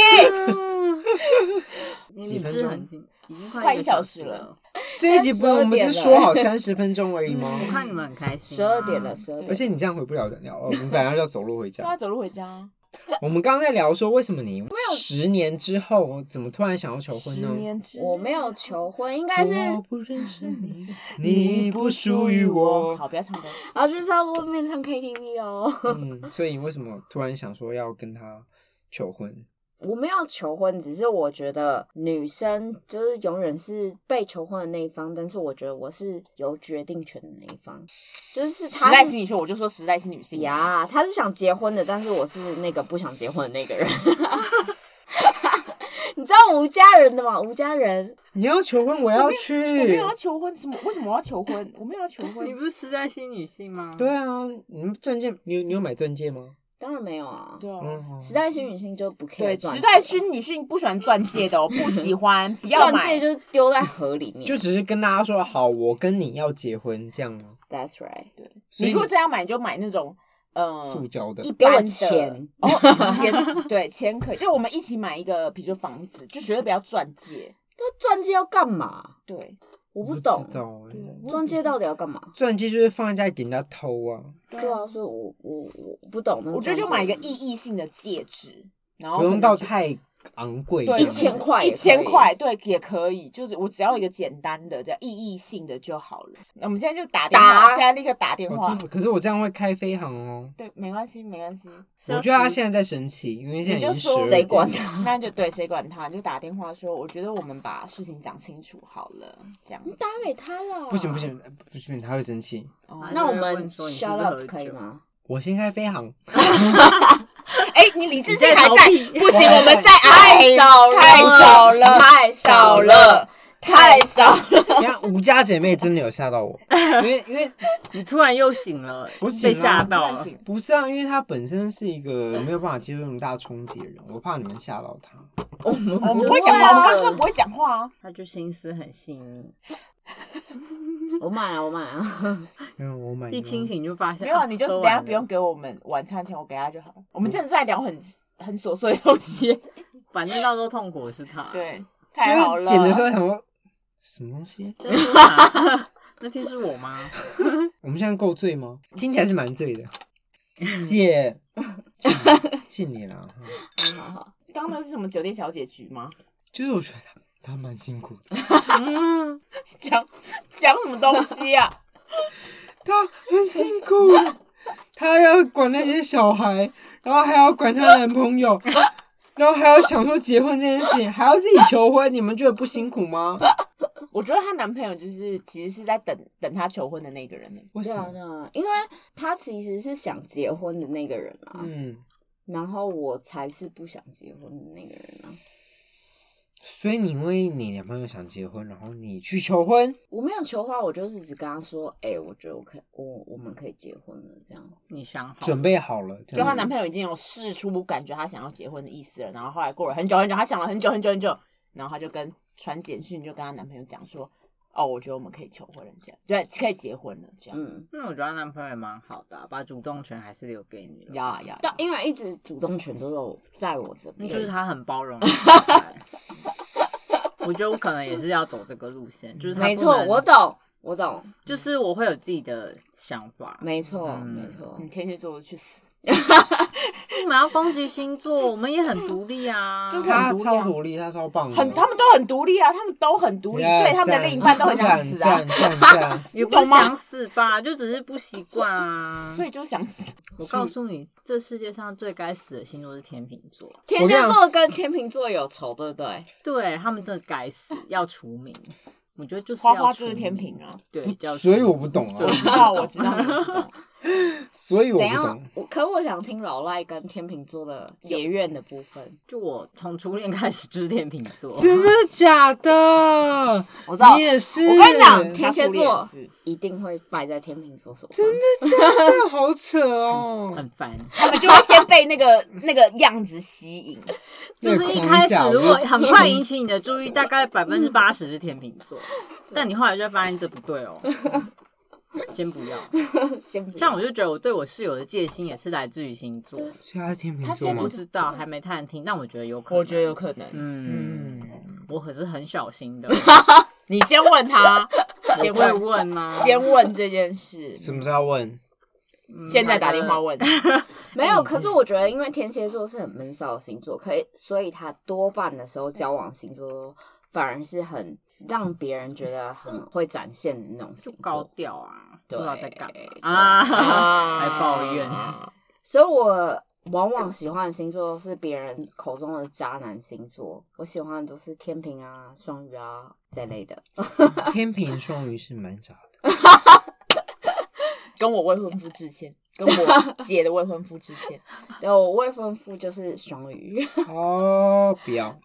Speaker 3: 你
Speaker 1: 几
Speaker 3: 理
Speaker 1: 分
Speaker 3: 智
Speaker 1: 钟
Speaker 3: 很近，已经
Speaker 4: 快
Speaker 3: 快
Speaker 4: 一
Speaker 3: 个
Speaker 4: 小
Speaker 3: 时
Speaker 4: 时了。
Speaker 1: 这一集不，我们
Speaker 5: 12
Speaker 1: 不
Speaker 5: 点
Speaker 1: 是
Speaker 5: 了
Speaker 1: 说好三十分钟而已吗？
Speaker 3: 嗯我看你们很开心
Speaker 5: 十
Speaker 3: 啊。
Speaker 5: 二点了，十二点
Speaker 1: 而且你这样回不了人了，哦，我们本来要走路 回
Speaker 4: 对啊，
Speaker 1: 家。
Speaker 4: 走路回家。
Speaker 1: 我们刚刚在聊说，为什么你十年之后怎么突然想要求婚
Speaker 4: 十
Speaker 1: 呢？
Speaker 4: 年之
Speaker 5: 我没有求婚，应该是，
Speaker 1: 我不认识你，你不属于我。
Speaker 4: 好，不要唱歌。
Speaker 5: 然后就是在外面唱 KTV 哦。
Speaker 1: 嗯，所以你为什么突然想说要跟他求婚？
Speaker 5: 我没有求婚，只是我觉得女生就是永远是被求婚的那一方，但是我觉得我是有决定权的那一方，就是
Speaker 4: 时
Speaker 5: 他
Speaker 4: 代
Speaker 5: 是
Speaker 4: 新女性，我就说时代新女性。
Speaker 5: 呀，他是想结婚的，但是我是那个不想结婚的那个 人。你知道吴家人的吗？吴家人
Speaker 1: 你要求婚，我要
Speaker 4: 我没
Speaker 1: 去
Speaker 4: 有。要求婚，什么？为什么我要求婚？我没有要求
Speaker 3: 你
Speaker 4: 婚。
Speaker 3: 不是时代新女性
Speaker 5: 嗯
Speaker 3: 吗？
Speaker 1: 对啊，你们钻戒，你有你有买钻戒吗？
Speaker 5: 当然没有啊，
Speaker 4: 对啊，
Speaker 1: 嗯，
Speaker 5: 时代新女性就不 care
Speaker 4: 对，
Speaker 5: 钻戒
Speaker 4: 时代新女性不喜欢钻戒的哦， 不喜欢，不要
Speaker 5: 钻戒
Speaker 4: 买。
Speaker 5: 就是丢在河里面。
Speaker 1: 就只是跟大家说好，我跟你要结婚这样吗？
Speaker 5: That's right，
Speaker 1: 所
Speaker 4: 你
Speaker 1: 以
Speaker 4: 如果真要买，你就买那种，嗯，
Speaker 1: 塑胶的
Speaker 4: 一，
Speaker 5: 给
Speaker 4: 般
Speaker 5: 我
Speaker 4: 的
Speaker 5: 钱
Speaker 4: 哦，钱对钱可以，就我们一起买一个，比如说房子，就绝对不要钻戒。
Speaker 5: 这钻戒要干嘛？
Speaker 4: 对，
Speaker 5: 我不
Speaker 1: 知
Speaker 5: 懂，
Speaker 1: 道欸
Speaker 5: 钻戒到底要干嘛？
Speaker 1: 钻戒就是放在家里给人家偷啊，
Speaker 5: 对啊，所以我我我不懂那
Speaker 4: 我觉得就买一个
Speaker 5: 一
Speaker 4: 意义性的戒指，然后
Speaker 1: 不用
Speaker 4: 可能
Speaker 1: 到
Speaker 4: 就
Speaker 1: 太昂贵这
Speaker 4: 对
Speaker 1: 样子。
Speaker 5: 哦一千块也
Speaker 4: 一
Speaker 5: 可以
Speaker 4: 千块对也可以，就是我只要一个简单的，这样意义性的就好了。那我们现在就打电话，
Speaker 5: 打
Speaker 4: 现在立刻打电
Speaker 1: 哦
Speaker 4: 话
Speaker 1: 真。的可是我这样会开飞航哦。
Speaker 4: 对，没关系，没关系，
Speaker 3: 是要
Speaker 1: 我觉得他
Speaker 3: 十
Speaker 1: 现在在生气，因为现
Speaker 4: 你就
Speaker 1: 在已经十
Speaker 4: 说
Speaker 1: 二
Speaker 5: 谁
Speaker 1: 点。
Speaker 5: 管他？
Speaker 4: 那就对，谁管他？你就打电话说，我觉得我们把事情讲清楚好了，这样
Speaker 5: 你。打给他了。
Speaker 1: 不行不，行不行，他会生气。
Speaker 4: 哦
Speaker 3: 啊
Speaker 5: 那我
Speaker 3: 就会问
Speaker 5: 们
Speaker 3: 说你是
Speaker 5: shut
Speaker 3: 不是
Speaker 5: up
Speaker 3: 喝
Speaker 5: 可以
Speaker 3: 酒
Speaker 5: 吗？
Speaker 1: 我先开飞航，
Speaker 5: 哎、你理智性
Speaker 3: 你在
Speaker 5: 还
Speaker 3: 逃
Speaker 5: 在
Speaker 3: 避，
Speaker 5: 不行，我们再
Speaker 4: 太少了
Speaker 5: 太少了，
Speaker 4: 太少了，
Speaker 5: 太少了。
Speaker 1: 你看吴家姐妹真的有吓到我，因为因为
Speaker 3: 你突然又醒了，
Speaker 1: 我醒
Speaker 3: 被
Speaker 1: 了
Speaker 3: 吓
Speaker 1: 不
Speaker 3: 到了。
Speaker 1: 不是啊，因为她本身是一个没有办法接受那么大冲击的人，我怕你们吓到她。
Speaker 4: 呃我们
Speaker 5: 不
Speaker 4: 不会
Speaker 5: 会
Speaker 4: 讲
Speaker 5: 啊
Speaker 4: 话，我们刚才不会讲话啊。
Speaker 3: 他就心思很细腻，
Speaker 5: 我买了，我买了。
Speaker 1: 嗯，我买
Speaker 3: 一清醒就发现
Speaker 4: 没有啊，
Speaker 3: 啊
Speaker 4: 你就
Speaker 3: 喝
Speaker 4: 等
Speaker 3: 完
Speaker 4: 下不
Speaker 3: 了
Speaker 4: 用给我们晚餐钱，我给他就好了。我们正在聊很很琐碎的东西，
Speaker 3: 反正到时候痛苦的是他。，
Speaker 4: 对，
Speaker 1: 就
Speaker 4: 太好了。
Speaker 1: 是剪的时候想说什么东西？哦
Speaker 3: 那天是我吗？
Speaker 1: 我们现在够醉吗？听起来是蛮醉的，姐，敬你啦。嗯
Speaker 5: 好好好，
Speaker 4: 刚刚那是什么酒店小姐局吗？
Speaker 1: 就是我觉得她她蛮辛苦的，
Speaker 3: 嗯，
Speaker 4: 讲讲什么东西啊？
Speaker 1: 她很辛苦，她要管那些小孩，然后还要管她男朋友，然后还要想说结婚这件事情，还要自己求婚，你们觉得不辛苦吗？
Speaker 4: 我觉得她男朋友就是其实是在等等她求婚的那个人呢。
Speaker 1: 为
Speaker 5: 对
Speaker 1: 什
Speaker 5: 啊，
Speaker 1: 么？
Speaker 5: 对啊，因为他其实是想结婚的那个人啊，
Speaker 1: 嗯，
Speaker 5: 然后我才是不想结婚的那个人啊。
Speaker 1: 所以你因为你男朋友想结婚，然后你去求婚，
Speaker 5: 我没有求婚，我就是只跟他说，哎、我觉得我可以，我我们可以结婚了，这样子。
Speaker 3: 你想好
Speaker 1: 准备好了，这
Speaker 4: 就
Speaker 1: 样
Speaker 4: 她男朋友已经有试出感觉她想要结婚的意思了，然后后来过了很久很久，她想了很久很久很久，然后她就跟传简讯就跟她男朋友讲说，哦，我觉得我们可以求婚了，这样对，可以结婚了，这样
Speaker 5: 嗯，
Speaker 3: 那我觉得她男朋友也蛮好的啊、把主动权还是留给你了。
Speaker 4: 呀呀，
Speaker 5: 但因为一直主动权都是我在我这
Speaker 3: 那
Speaker 5: 边，
Speaker 3: 就是他很包容你的状态。我觉得我可能也是要走这个路线，就是他
Speaker 5: 没
Speaker 3: 不
Speaker 5: 错，
Speaker 3: 能
Speaker 5: 我懂，我懂，
Speaker 3: 就是我会有自己的想法。
Speaker 5: 没错，
Speaker 3: 嗯
Speaker 5: 没错
Speaker 4: 你。天蝎座去死！
Speaker 3: 我们要攻击星座，我们也很独立啊。
Speaker 4: 就是
Speaker 1: 她
Speaker 4: 很独立
Speaker 1: 超
Speaker 4: 啊
Speaker 1: 独立，她超棒的，
Speaker 4: 很，他们都很独立啊，他们都很独立，
Speaker 1: Yeah，
Speaker 4: 所以他们的另一半都很想死啊，
Speaker 1: 赞赞赞 赞
Speaker 3: 也不
Speaker 4: 懂
Speaker 3: 是
Speaker 4: 吗
Speaker 3: 想死吧，就只是不习惯啊。
Speaker 4: 所以就想死。
Speaker 3: 我告诉你，这世界上最该死的星座是天秤座，
Speaker 5: 天蝎座跟天秤座有仇，对不对？
Speaker 3: 对他们真的该死，要除名。我觉得就是
Speaker 4: 花
Speaker 3: 要
Speaker 4: 花
Speaker 3: 除
Speaker 4: 就是天
Speaker 3: 名
Speaker 4: 平，啊，
Speaker 3: 对，叫
Speaker 1: 所以
Speaker 3: 除
Speaker 1: 我
Speaker 3: 名
Speaker 1: 不懂啊
Speaker 3: 对
Speaker 4: 我知道，我知道你不懂。
Speaker 1: 所以我
Speaker 5: 怎
Speaker 1: 不
Speaker 5: 样
Speaker 1: 懂。？
Speaker 4: 啊
Speaker 5: 我可我想听老赖跟天秤座的结怨的部分。
Speaker 3: 就我从初恋开始就是天秤座，
Speaker 1: 真的假的？
Speaker 5: 我知道
Speaker 1: 你也是。
Speaker 5: 我跟你讲，
Speaker 1: 真
Speaker 5: 天蝎
Speaker 4: 他
Speaker 5: 座
Speaker 4: 初恋也是
Speaker 5: 一定会败在天秤座手上。真的，
Speaker 1: 的好扯 哦。
Speaker 3: 很烦。
Speaker 4: 他们就会先被那个那个样子吸引，
Speaker 3: 就是一开始
Speaker 1: 啊
Speaker 3: 如果很快引起你的注意，大概百分
Speaker 4: 嗯
Speaker 3: 之八十是天秤座，但你后来就会发现这不 对哦。先不要，
Speaker 5: 先不
Speaker 3: 像我
Speaker 5: 要
Speaker 3: 就觉得我对我室友的戒心也是来自于星座，
Speaker 1: 所以他是天秤
Speaker 4: 他
Speaker 1: 座
Speaker 4: 先
Speaker 1: 吗
Speaker 3: 不？知道还没探听，但我觉得有可能。
Speaker 4: 我觉得有可能。
Speaker 3: 嗯，
Speaker 4: 嗯，
Speaker 3: 我可是很小心的，
Speaker 4: 你先问 他，先
Speaker 3: 我会
Speaker 4: 问，
Speaker 3: 问啊，
Speaker 4: 先问这件事，
Speaker 1: 什么时候 问？
Speaker 3: 嗯
Speaker 4: 现在打电话。问。
Speaker 5: 没有。可是我觉得，因为天蝎座是很闷骚的星座，可以，所以他多半的时候交往星座都反而是很让别人觉得很会展现的那种
Speaker 3: 就
Speaker 5: 星
Speaker 3: 高
Speaker 5: 座。
Speaker 3: 调啊，不
Speaker 5: 对
Speaker 3: 知道在干嘛啊。
Speaker 4: 还
Speaker 3: 还抱怨
Speaker 5: 所以我往往喜欢的星座都是别人口中的渣男星座，我喜欢的都是天平啊、双鱼啊这类的。
Speaker 1: 天平双鱼是蛮渣的。
Speaker 4: 跟我未婚夫致 歉，跟我姐的未婚夫致歉。
Speaker 5: 对，我未婚夫就是双鱼。
Speaker 1: 哦，不要。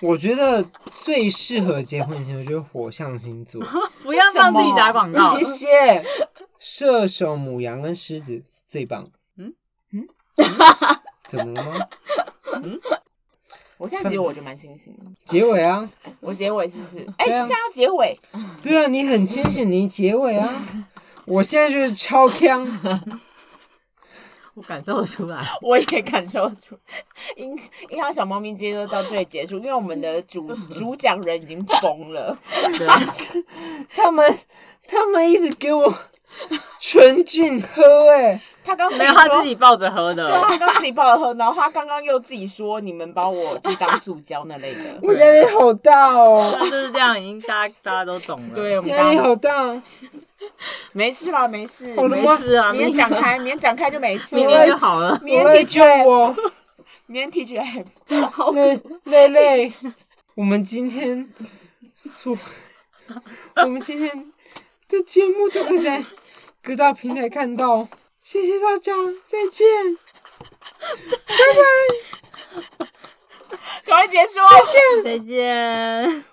Speaker 1: 我觉得最适合结婚的星座就是火象星座。
Speaker 3: 不要帮自己打广告
Speaker 1: 谢，谢。射手、母羊跟狮子最棒。
Speaker 3: 嗯
Speaker 1: 嗯，怎么了吗？
Speaker 4: 我现在结尾我就蛮清醒的，
Speaker 1: 结尾啊，
Speaker 4: 我结尾是不是？哎，
Speaker 1: 对啊
Speaker 4: 现在要结尾，
Speaker 1: 对啊，你很清醒，你结尾啊。我现在就是超强，
Speaker 3: 我感受得出 来。
Speaker 4: 我也感受出，樱樱桃小猫咪今天就到这里结束，因为我们的 主主讲人已经疯了。
Speaker 3: 对，
Speaker 1: 他们他们一直给我纯菌喝、哎，
Speaker 4: 他刚
Speaker 3: 没
Speaker 4: 才
Speaker 3: 有他
Speaker 4: 说
Speaker 3: 自己抱着喝的
Speaker 4: 对，啊，他刚自己抱着喝，然后他刚刚又自己说你们把我就当塑胶那类 的。
Speaker 1: 我压力好大哦，
Speaker 3: 他就是这样，已经大家大家都懂了。
Speaker 4: 对，，啊我们
Speaker 1: 压
Speaker 4: 刚
Speaker 1: 力
Speaker 4: 刚
Speaker 1: 好大，
Speaker 4: 没事啦，没事，
Speaker 1: 我的
Speaker 3: 没事啊，
Speaker 4: 明天
Speaker 3: 明
Speaker 4: 讲开，明天讲开就没事
Speaker 3: 明
Speaker 4: 了
Speaker 3: 天。就 好了。
Speaker 4: 明
Speaker 1: 我来
Speaker 4: 天
Speaker 1: 救
Speaker 4: TGF，
Speaker 1: 我，
Speaker 4: 明天 TGF，
Speaker 1: 累累累，我们今天所，我们今天的节目都会在各大平台看到。谢谢大家，再见。
Speaker 4: 赶快结束。哦
Speaker 3: 再见。